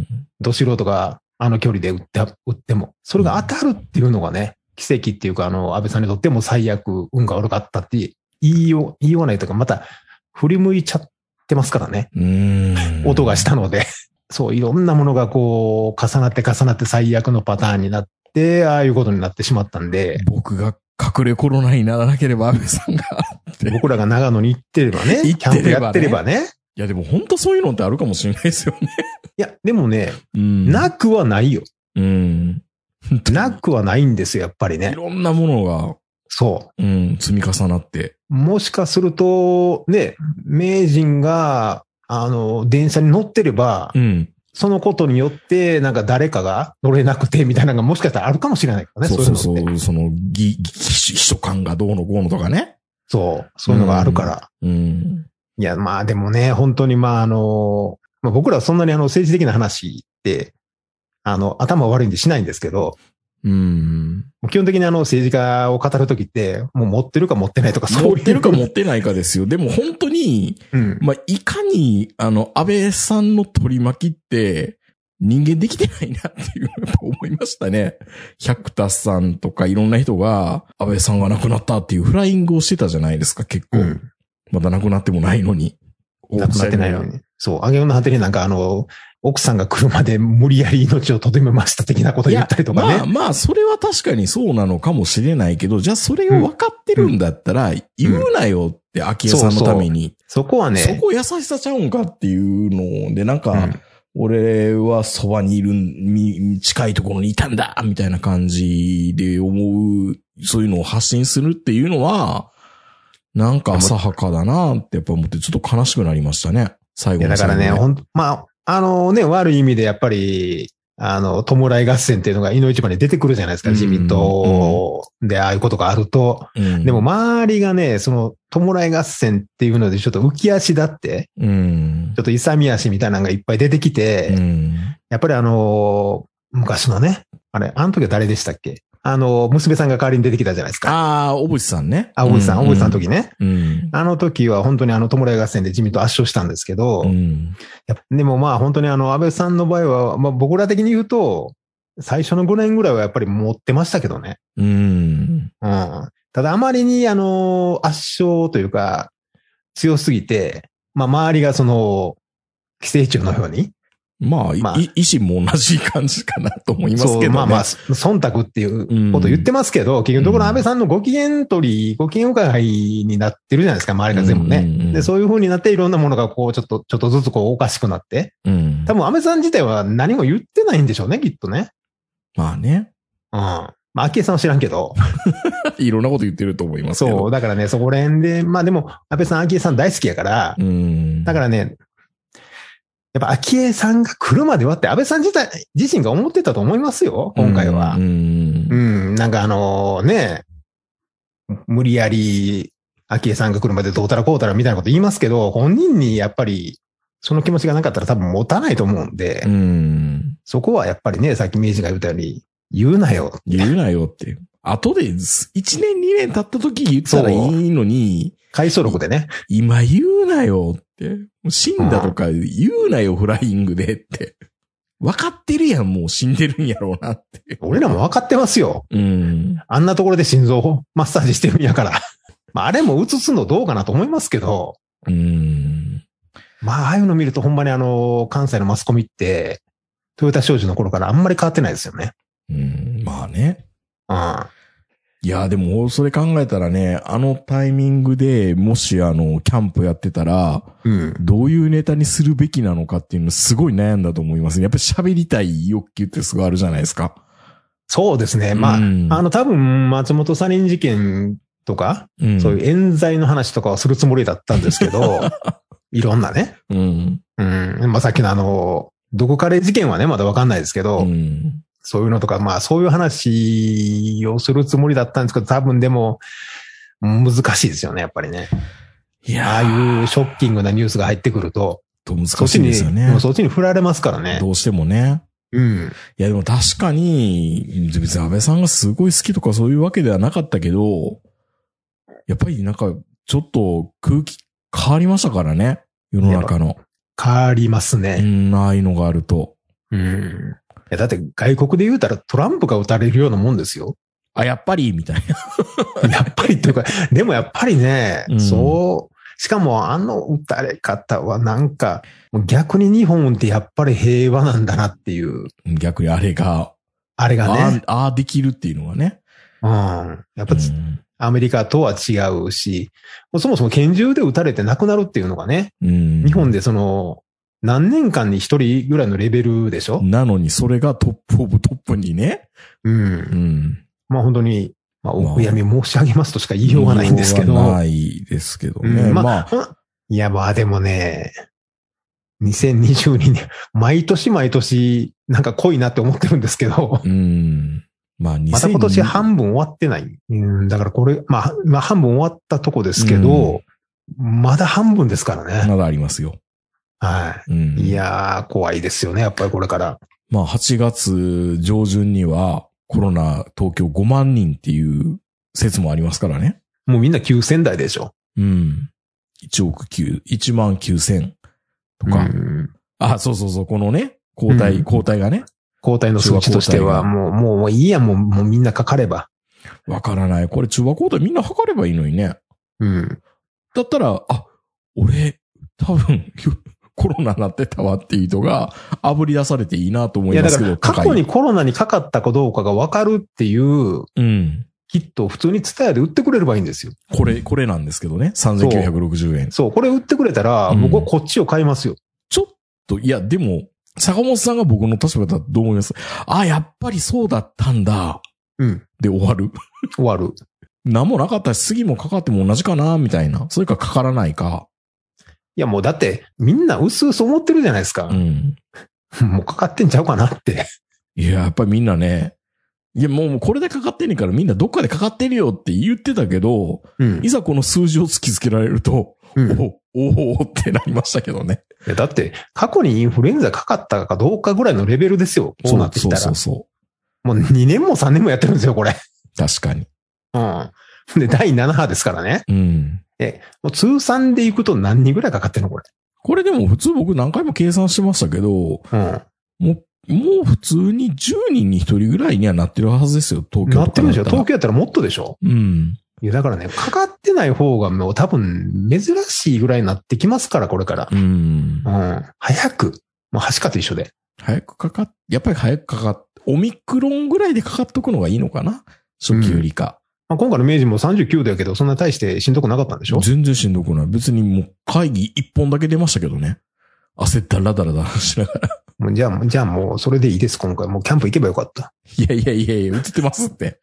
ん。
ど素人があの距離で撃って、撃っても。それが当たるっていうのがね、奇跡っていうか、あの、安倍さんにとっても最悪、運が悪かったって言いよう、言いようがないというか、また振り向いちゃってますからね。
うん。
音がしたので。そう、いろんなものがこう、重なって重なって最悪のパターンになって、ああいうことになってしまったんで、
僕が隠れコロナにならなければ安倍さんが。い
僕らが長野に行ってればね、
行
キ
っ
ャ
てればね
ンプやってればね。
やでも本当そういうのってあるかもしれないですよね。
いや、でもね、
うん。
なくはないよ。
うん。
なくはないんですよ、やっぱり
い
ね。
ろんなものが、
そう。
うん、積み重なって。
もしかすると、ね、名人が、あの、電車に乗ってれば、
うん。
そのことによって、なんか誰かが乗れなくてみたいなのがもしかしたらあるかもしれないからね、
そう
そうい
そうう
のって。そ
そうう、その、ぎ、ぎ、秘書感がどうのこうのとかね。
そう、いうのがあるから。
うん。
いや、まあでもね、本当にまああの、まあ、僕らはそんなにあの政治的な話って、あの、頭悪いんでしないんですけど、
うん。
基本的にあの政治家を語るときって、もう持ってるか持ってないとか、そうい
持
う。
ってるか持ってないかですよ。でも本当に、
うん。
まあ、いかに、あの、安倍さんの取り巻きって、人間できてないなっていう、やっぱ思いましたね。百田さんとかいろんな人が、安倍さんが亡くなったっていうフライングをしてたじゃないですか、結構。
うん。
まだ亡くなってもないのに。
亡くなってないの
に。
に。そう。揚げの果てになんかあの、奥さんが車で無理やり命をとどめました的なこと言ったりとか
まあ
ね。
まあ、それは確かにそうなのかもしれないけど、じゃあそれを分かってるんだったら、言うなよって、昭恵さんのために。
そこは
そ
ね、
こ優しさちゃうんかっていうので、なん
う
か、
ん
俺はそばにいる、み近いところにいたんだみたいな感じで思う、そういうのを発信するっていうのは、なんか浅はかだなってやっぱ思って、ちょっと悲しくなりましたね。最
い
後
や
の
だからね、
最後
ほんまあ、あのね、悪い意味でやっぱり、あの、弔い合戦っていうのが井の一番に出てくるじゃないですか、
うん
自民党でああいうことがあると。
うん
でも、周りがね、その、弔い合戦っていうのでちょっと浮き足だって、
うん
ちょ。っと勇み足みたいなのがいっぱい出てきて、
うん
やっぱりあの昔のね、あれ、あの時は誰でしたっけあの、娘さんが代わりに出てきたじゃないですか。
ああ、小渕さんね。
あ、小渕さん、
う
小
う
渕さんの時ね。
うん。
あの時は本当にあの、弔い合戦で自民党圧勝したんですけど、
うん。
やっぱでもまあ本当にあの、安倍さんの場合は、まあ僕ら的に言うと、最初の5年ぐらいはやっぱり持ってましたけどね。
うん。
うん。ただあまりにあの、圧勝というか、強すぎて、まあ周りがその、寄生虫のように、
まあ、い
まあ
維新も同じ感じかなと思いますけ
そ
ど
う、
ね。
まあまあ、忖度っていうことを言ってますけど、結局のところ安倍さんのご機嫌取り、ご機嫌伺いになってるじゃないですか、周りが全部ね。
ね
で、そういう風になっていろんなものがこう、ちょっと、ちょっとずつこう、おかしくなって。
うん。
多分安倍さん自体は何も言ってないんでしょうね、きっとね。
まあね。
うん。まあ、昭恵さんは知らんけど。
いろんなこと言ってると思いますけど。
そう。だからね、そこら辺で、まあでも、安倍さん、昭恵さん大好きやから、
うん。、
だかららね、やっぱ昭恵さんが来るまではって安倍さん自体、自身が思ってたと思いますよ、今回は
うん。。
うん、なんかあのね、無理やり、昭恵さんが来るまでどうたらこうたらみたいなこと言いますけど、本人にやっぱり、その気持ちがなかったら多分持たないと思うんで、
うん。
そこはやっぱりね、さっき明治が言ったように、言うなよ。
言うなよって。後で、1年2年経った時言ったらいいのに、
回想録でね。
今言うなよって。もう死んだとか言うなよ、フライングでって。分かってるやん、もう死んでるんやろうなって。
俺らも分かってますよ。
うん。
あんなところで心臓 マッサージしてるんやから。まあ、あれも映すのどうかなと思いますけど、
うん。
まあ、ああいうの見るとほんまにあの、関西のマスコミって、トヨタ商事の頃からあんまり変わってないですよね。
うん。まあね。
うん。
いや、でも、それ考えたらね、あのタイミングで、もしあの、キャンプやってたら、
うん。
どういうネタにするべきなのかっていうのすごい悩んだと思いますね。やっぱり喋りたい欲求ってすごいあるじゃないですか。
そうですね。まあ、
うん
あの、多分、松本サリン事件とか、
うん
そういう冤罪の話とかをするつもりだったんですけ ど、いろんなね。
うん。
うん。まあ、さっきのあの、どこカレー事件はね、まだわかんないですけど、
うん。
そういうのとか、まあそういう話をするつもりだったんですけど、多分でも、難しいですよね、やっぱりね。
い
あ
や
あ
ー、
いうショッキングなニュースが入ってくると、
と難
そっ
し
ち
い
に、
ですよね
もう。そっちに振られますからね。
どうしてもね。
うん。
いや、でも確かに、別に安倍さんがすごい好きとかそういうわけではなかったけど、やっぱりなんか、ちょっと空気変わりましたからね。世の中の。
変わります
う
ね。
ん、ああいうのがあると。
うん。いやだって外国で言うたらトランプが打たれるようなもんですよ。
あ、やっぱりみたいな。
やっぱりというか、でもやっぱりね、
うん
そう、しかもあの打たれ方はなんか、もう逆に日本ってやっぱり平和なんだなっていう、
逆にあれが、
あれがね。
ああ、ああできるっていうのはね。
うん。やっぱ
うん
アメリカとは違うし、もうそもそも拳銃で撃たれて亡くなるっていうのがね、
うん
日本でその、何年間に一人ぐらいのレベルでしょ
なのに、それがトップオブトップにね。
う。
うんん。
まあ本当に、まあ、
まあ
お悔やみ申し上げますとしか言いようがないんですけ
言
ど。
いようがないですけどね。
うんまあ
まあ、
ほないや、まあでもね、2022年、毎年毎年、なんか濃いなって思ってるんですけど
う、ん。まあ、
また今年
2020
半分終わってない。うん、だからこれ、まあ、まあ半分終わったとこですけど、まだ半分ですからね。
まだありますよ。
はい。
うん。
いやー、怖いですよね、やっぱりこれから。
まあ、8月上旬には、コロナ東京5万人っていう説もありますからね。
もうみんな9000台でしょ。
うん。1億9、1万9000とか。
うん
あ、そうそうそう、このね、交代、
うん
交代がね。
交代の数値としては、
中
もう、もう、もういいや、もう、もうみんなかかれば。
わからない。これ中和交代みんな測ればいいのにね。
うん。
だったら、あ、俺、多分、 コロナなってたわっていう人が、炙り出されていいなと思
い
い
や、
ま
だ
す
か
けど、
ら、過去
高い
にコロナにかかったかどうかがわかるっていう、
うん。
キットを普通にツタヤで売ってくれればいいんですよ。
これ、これなんですけどね。3960円。
そう、これ売ってくれたら、
うん
僕はこっちを買いますよ。
ちょっと、いや、でも、坂本さんが僕の立場だとどう思いますあ、やっぱりそうだったんだ。
うん。
で終わる。
終わる。
何もなかったし、次もかかっても同じかな、みたいな。それかかからないか。
いや、もうだって、みんな薄々思ってるじゃないですか
う。ん。
もうかかってんちゃうかなって。
いや、やっぱりみんなね、いや、もうもうこれでかかってんねんからみんなどっかでかかってるよって言ってたけど、
うん
い。ざこの数字を突きつけられると、
うんい
お、おおってなりましたけどね。
やだって、過去にインフルエンザかかったかどうかぐらいのレベルですよ。こうなってきたら
そう。そうそ
もう2年も3年もやってるんですよ、これ。
確かに。
うん。で、第7波ですからね。
うん。
もう通算で行くと何人ぐらいかかってるの、これ。
これでも普通僕何回も計算してましたけど、
うん。
もう、もう普通に10人に1人ぐらいにはなってるはずですよ、東京
なってるでしょ
とかだた
東
ら
京やったらもっとでしょ
うん。
いや、だからね、かかってない方がもう多分珍しいぐらいになってきますから、これから
う。ん
う。ん。早く。もう橋かと一緒で。
早くかかっ、やっぱり早くかかっ、オミクロンぐらいでかかっとくのがいいのかな初期よりか。
まあ、今回の明治も39だけど、そんな大してしんどくなかったんでしょ
全然しんどくない。別にもう会議一本だけ出ましたけどね。焦ったらダラダラしながら。
もうじゃあ、じゃあもうそれでいいです、今回。もうキャンプ行けばよかった。
いやいやいやいや、映ってますって。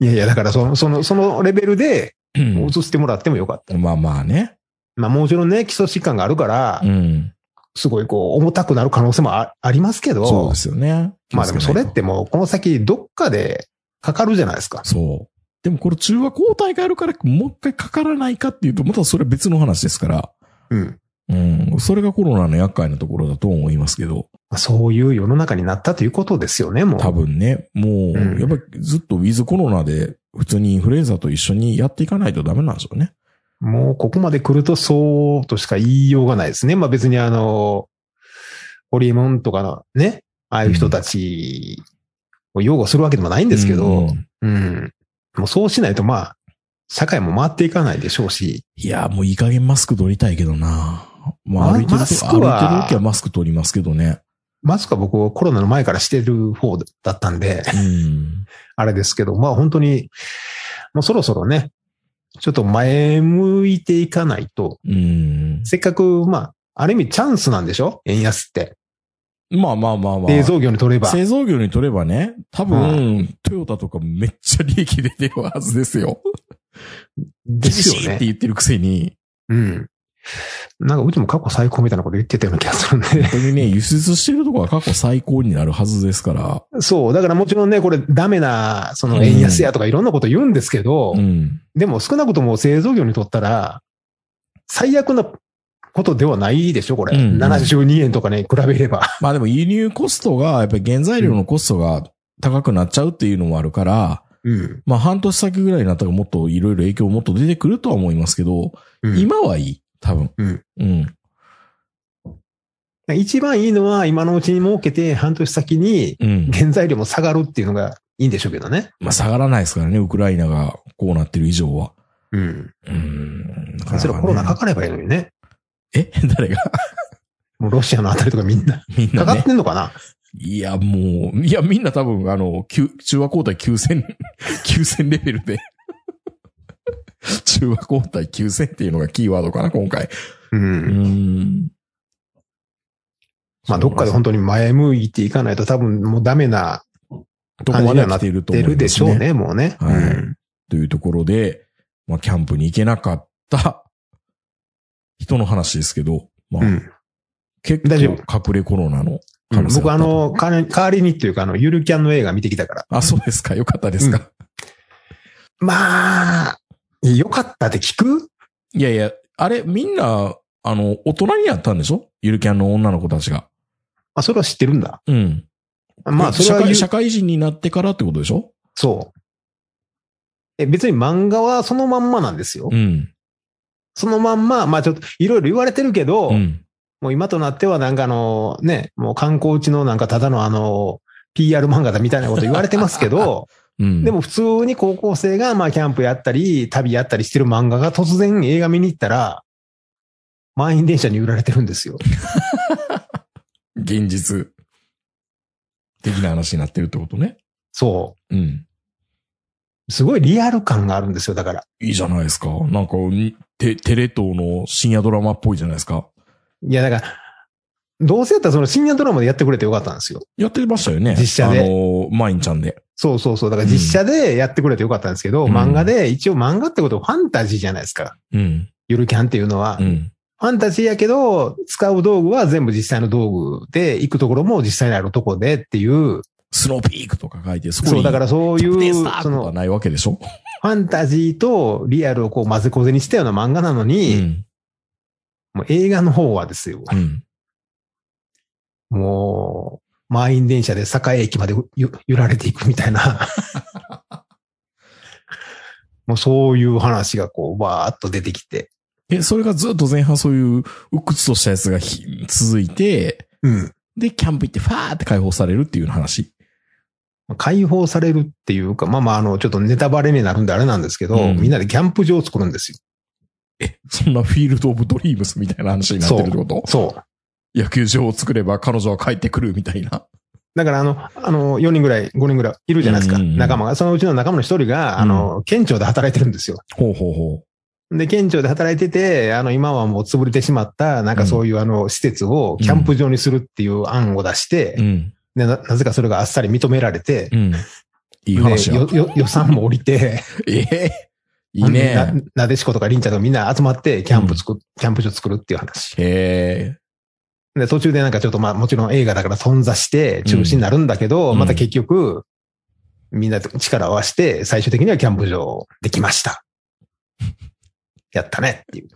いやいや、だからその、その、そのレベルで、
うん
移して もらってもよかった。
まあまあね。
まあ、もちろんね、基礎疾患があるから
う、ん。
すごいこう、重たくなる可能性もあありますけど、
そうですよね。
まあでもそれっ
気をつけ
てもう、この先どっかでかかるじゃないですか
ないと。。そう。でもこれ中和抗体があるからもう一回かからないかっていうと、またそれは別の話ですから。
うん。
うん。それがコロナの厄介なところだと思いますけど。
まあそういう世の中になったということですよね、もう。
多分ね、もう、
うん
やっぱりずっとウィズコロナで普通にインフルエンザと一緒にやっていかないとダメなんでしょうね。
もうここまで来るとそうとしか言いようがないですね。まあ別にあの、ホリエモンとかのね、ああいう人たちを擁護するわけでもないんですけ
う
ど、
ん
うん、もうそうしないとまあ、社会も回っていかないでしょうし、
いや、もういい加減マスク取りたいけどな。まあ
ま
歩いてると、
マ
歩いて
ス
る
クは
時はマスク取りますけどね。
マスクは僕はコロナの前からしてる方だったんで、
うん。
あれですけど、まあ本当に、もうそろそろね、ちょっと前向いていかないと、
うん。
せっかく、まあ、ある意味チャンスなんでしょ円安って。
まあまあまあまあ。
製造業にとれば。
製造業にとればね、多分、トヨタとかめっちゃ利益出てるはずですよ。
で
厳
す
しい
よ
って
ね。
言ってるくせに、
うん。なんかうちも過去最高みたいなこと言ってたような気がするんで。
本当にね、輸出してるとこは過去最高になるはずですから。
そう。だからもちろんね、これダメな、その円安やとかいろんなこと言うんですけど、
うん。
でも少なくとも製造業にとったら、最悪なことではないでしょ、これ。
うんうん
72円とかね、比べれば。
まあでも輸入コストが、やっぱり原材料のコストが高くなっちゃうっていうのもあるから、
うん。
まあ半年先ぐらいになったらもっといろいろ影響もっと出てくるとは思いますけど、
うん
今はいい。多分。
うん。
うん。
一番いいのは今のうちに儲けて半年先に
うん。
原材料も下がるっていうのがいいんでしょうけどね。
まあ下がらないですからね、ウクライナがこうなってる以上は。
うん。
うん。なかなかね
それはコロナかかればいいのにね。
え 誰が
もうロシアのあたりとかみんな。
みん
か
な
か
ね
っ。てんのかな、
いや、もう、いや、みんな多分、あの、旧中和抗体9000、9000レベルで。 中和抗体9000っていうのがキーワードかな、今回。
うん、
うーん。
まあどっかで本当に前向いていかないと多分もうダメな
当
感じにはな
な
っ
っていると
出
思います、
るでしょう。ね、もうね。
はい
うん
というところで、まあ、キャンプに行けなかった人の話ですけど、まあ、
うん
結構
大丈
隠れコロナの可能性
僕あ
ったと
の、代わり代わりにっていうかあの、ゆるキャンの映画見てきたから。
あ、そうですか。よかったですか。
まあ、よかったって聞く
いやいや、あれ、みんな、あの、大人になったんでしょゆるキャンの女の子たちが。
あ、それは知ってるんだ。
うん。
まあ、それ
社
は言
会
う
社会人になってからってことでしょ
そう。え、別に漫画はそのまんまなんですよ。
ん。
そのまんま、まあちょっといろいろ言われてるけど、
うん。
もう今となってはなんかあの、ね、もう観光地のなんかただのあの、PR 漫画だみたいなこと言われてますけ ど、
うん。
でも普通に高校生がまあキャンプやったり、旅やったりしてる漫画が突然映画見に行ったら、満員電車に売られてるんですよ。
現実的な話になってるってことね。
そ
うん。
う。すごいリアル感があるんですよ、だから。
いいじゃないですか。なんか、にテテレ東の深夜ドラマっぽいじゃないですか。
いや、だから、どうせやったらその深夜ドラマでやってくれてよかったんですよ。
やってましたよね。
実写で
あの、マインちゃんで。
そうそうそう。だから実写でやってくれてよかったんですけど、
うん
漫画で、一応漫画ってことはファンタジーじゃないですか。
うん。
ゆるキャンっていうのは。
うん。
ファンタジーやけど、使う道具は全部実際の道具で、行くところも実際にあるとこでっていう、
スノーピークとか書いて、そこに。
そう、だからそうい
特定
う、
スター
そ
とか
の、
ないわけでしょ
ファンタジーとリアルをこう混ぜこぜにしたような漫画なの
う
に、
ん。
もう映画の方はですよ、
うん。
もう、満員電車で栄駅までゆ揺られていくみたいな。 もうそういう話がこう、わーっと出てきて。
え、それがずっと前半そういう、うっくつとしたやつがひ続いて、
うん。
で、キャンプ行ってファーって解放されるっていう話。
解放されるっていうか、まあまあ、あの、ちょっとネタバレになるんであれなんですけど、
うん
みんなでキャンプ場を作るんですよ。
そんなフィールド・オブ・ドリームスみたいな話になってるってこと
そう。
野球場を作れば彼女は帰ってくるみたいな。
だから、あの、あの、4人ぐらい、5人ぐらいいるじゃないですか、
うんうんうん
仲間が。そのうちの仲間の一人が、あの、県庁で働いてるんですよ。
ほうほうほ
で、県庁で働いてて、あの、今はもう潰れてしまった、なんかそういうあの、施設をキャンプ場にするっていう案を出して、
う。うん。
でななぜかそれがあっさり認められて、
うん。いい話
で
や
よ。よ予算も降りて、
え えいいね。
ななでしことかりんちゃんとかみんな集まって、キャンプ作、キャンプ場作るっていう話。
へえ。
で、途中でなんかちょっとまあもちろん映画だから頓挫して中止になるんだけど、
うん
また結局、みんなと力を合わせて最終的にはキャンプ場でき ました。やったねっていう。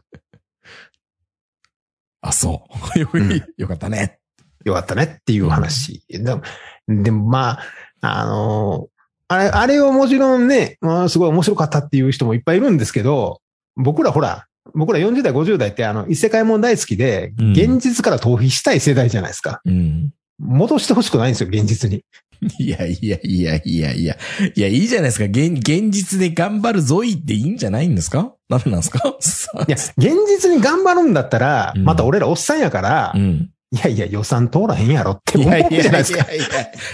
あ、そう。 よ
うん
よかったね。
よかったねっていう話。でもでもまあ、あのあれ、あれをもちろんね、まあ、すごい面白かったっていう人もいっぱいいるんですけど、僕らほら、僕ら40代、50代ってあの、異世界もん大好きで、
うん
現実から逃避したい世代じゃないですか。
うん。
戻してほしくないんですよ、現実に。
いやいやいやいやいや。いや、いいじゃないですか。現、現実で頑張るぞいっていいんじゃないんですかダメなんです かさ
いや、現実に頑張るんだったら、
うん
また俺らおっさんやから、
うん。
いやいや、予算通らへんやろって
い
思う
や
じ
い
ゃ
やい
ない
や
で
い
すか。
やいや。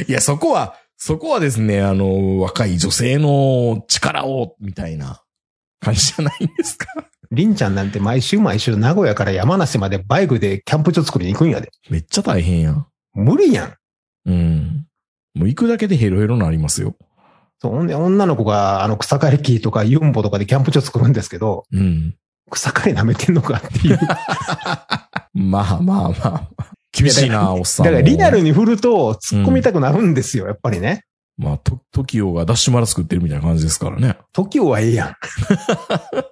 いや、そこは、そこはですね、あの、若い女性の力を、みたいな感じじゃないんですか
りんちゃんなんて毎週毎週名古屋から山梨までバイクでキャンプ場作りに行くんやで。
めっちゃ大変やん。
無理やん。
うん。もう行くだけでヘロヘロになりますよ。
そう、ほんで女の子が、あの、草刈り機とかユンボとかでキャンプ場作るんですけど、
うん。
草刈り舐めてんのかっていう。
まあまあまあ。厳しいな、おっさん
だ
も。
からリアルに振ると突っ込みたくなるんですよ、やっぱりね。
まあ、と、トキオがダッシュマラ作ってるみたいな感じですからね。
時はええやん。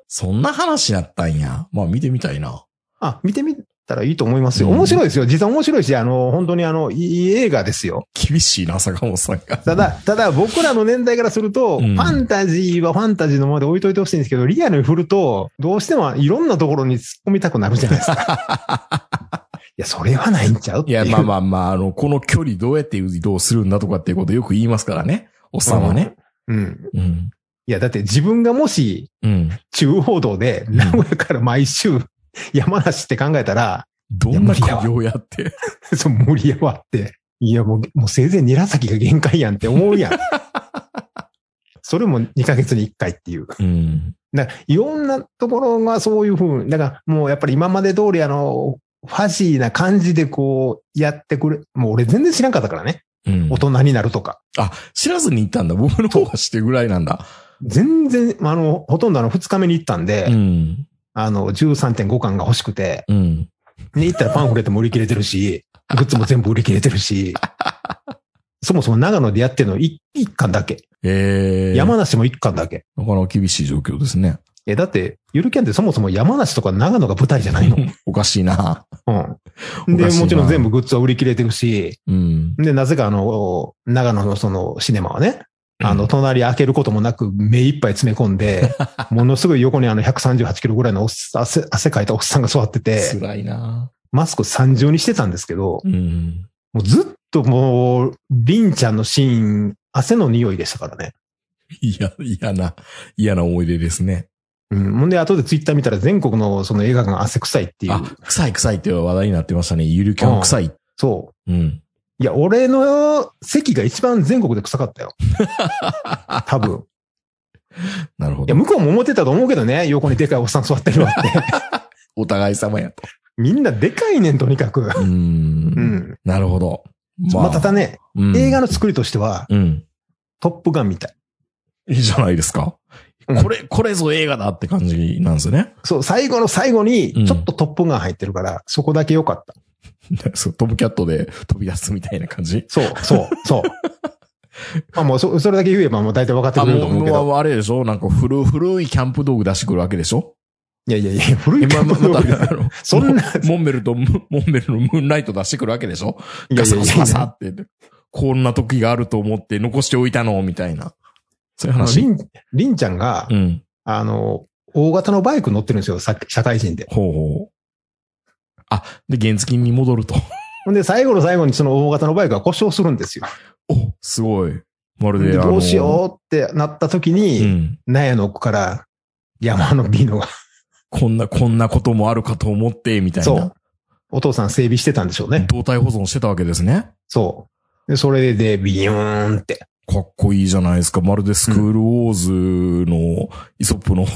そんな話やったんや。まあ、見てみたいな。
あ、見てみたらいいと思いますよ。
うん
面白いですよ。実は面白いし、あの、本当にあの、いいいい映画ですよ。
厳しいな、坂本さんが。
ただ、ただ僕らの年代からすると、
うん
ファンタジーはファンタジーのままで置いといてほしいんですけど、リアルに振ると、どうしてもいろんなところに突っ込みたくなるじゃないですか。 いや、それはないんちゃうって
い
いう。
や、まあまあまあ、あの、この距離どうやって移動するんだとかっていうことよく言いますからね。おっさんはね。
うん。
うん。
いや、だって自分がもし
うん。
中央道で名古屋から毎週山梨って考えたら、
どんな苦行やって。
そう無理やわって。いや、もう、もうせいぜい韮崎が限界やんって思 うやん。それも2ヶ月に1回っていう。
うん。
だからいろんなところがそういうふうに、だからもうやっぱり今まで通りあの、ファジーな感じでこうやってくれ、もう俺全然知らんかったからね。
うん
大。人になるとか。
あ、知らずに行ったんだ。僕の方が知ってるぐらいなんだ。
全然、あの、ほとんどあの2日目に行ったんで、
うん。
あの、13.5巻が欲しくて、
うん。
で行ったらパンフレットも売り切れてるし、グッズも全部売り切れて るし、そもそも長野でやってるの 1, 巻だけ。
ええー。
山梨も1巻だけ。
なかなか厳しい状況ですね。
え、だって、ゆるキャンってそもそも山梨とか長野が舞台じゃないの。
おかしいな。
うん。で
おかしい、な
もちろん全部グッズは売り切れてるし、
うん。
で、なぜかあの、長野のそのシネマはね、あ
う
の、
ん
隣開けることもなく目いっぱい詰め込ん で、ものすごい横にあの138キロぐらいのおっさん汗、汗かいたおっさんが座ってて、
辛いな。
マスク三重にしてたんですけど、
うん。
もうずっともう、りんちゃんのシーン、汗の匂いでしたからね。
いや、嫌な、嫌な思い出ですね。
うん。ほんで、後でツイッター見たら全国のその映画館汗臭いっていう
あ。、臭い臭いって話題になってましたね。ゆるキャン臭い。
そう。
うん。
いや、俺の席が一番全国で臭かっ たよ。多分。
なるほ
いや、
ど。
向こうも思ってたと思うけどね、横にでかいおっさん座ってるわ って。
お互い様やと。
みんなでかいねん、とにかく。
う。
うんん。
なるほど。
まあ、ただね、
うん
映画の作りとしては、
うん。
トップガンみたい。
いいじゃないですか。
うん
これ、これぞ映画だって感じなんですよね。
そう、最後の最後
うん
に、ちょっとトップガン入ってるから、そこだけ良かった。
そうトムキャットで飛び出すみたいな感じ。
そう、そう、そう。 まあもうそ、それだけ言えばもう大体分かって
あ、
くれると
もう、
思うけ
も
ど。
うあれでしょなんか古、古いキャンプ道具出してくるわけでしょ
いやいやいや、古い
まあまあまた、あの
そんな、
モンベルとムモンベルのムーンライト出してくるわけでしょ
い
ガ
やい
サ
やい
ガ
や
サガサって。こんな時があると思って残しておいたのみたいな。そういう
あのり
話。
ん、りんちゃんが、
うん。
あの、大型のバイク乗ってるんですよ、さ社会人で。
ほうほう。あ、で、原付に戻ると。
ほんで、最後の最後にその大型のバイクが故障するんですよ。
お、すごい。まる
で
で、あの
どうしようってなった時
う
に、
ん。
納屋の奥から山のビーノが、
こんな、こんなこともあるかと思って、みたいな。
そう。お父さん整備してたんでしょうね。
動体保存してたわけですね。
そう。で、それでビヨーンって。
かっこいいじゃないですか。まるでスクールウォーズのイソップの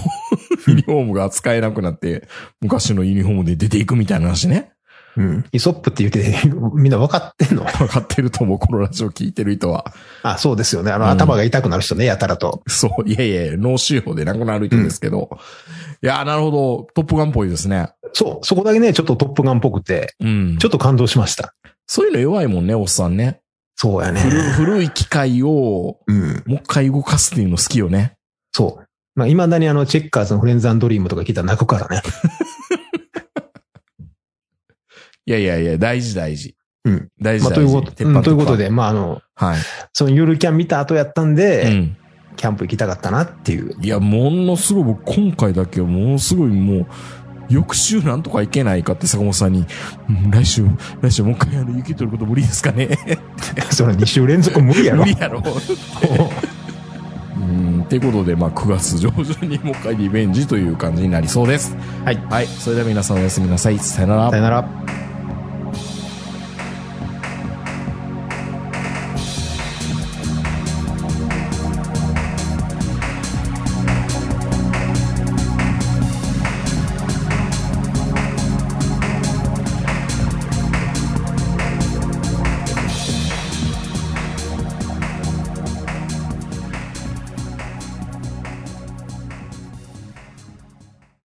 ユニフォームが使えなくなって、昔のユニフォームで出ていくみたいな話ね。
うん。イソップって言って、みんな分かってんの
わかってると思う、このラジオ聞いてる人は。
あ、そうですよね。あの、
うん
頭が痛くなる人ね、やたらと。
そう、いやいや、脳腫瘍で亡くなる人ですけど。いやー、なるほど。トップガンっぽいですね。
そう、そこだけね、ちょっとトップガンっぽくて、
うん。
ちょっと感動しました。
そういうの弱いもんね、おっさんね。
そうや
古
ね。
古い機械を、
うん。
もう一回動かすっていうの好きよね。
そう。まあ、未だにあの、チェッカーズのフレンズドリームとか聞いたら泣くからね。
いやいやいや、大事大事。
うん。
大事
ま
大
あ、と
事。
いうこと、
鉄
う
板
んということ。
鉄
で、まあ、あの、
板はい。
そのゆるキャン見た後やったんで、
うん。
キャンプ行きたかったなっていう。
いや、ものすごい、僕今回だけはものすごいもう、翌週なんとかいけないかって坂本さんに、うん来週、来週もう一回あの、雪取ること無理ですかね
その2週連続無理やろ
無。理やろ。うん、ってことで、まあ、9月上旬にもう一回リベンジという感じになりそうです。
はい
はい。それでは皆さんおやすみなさい。さよなら
さよ。なら。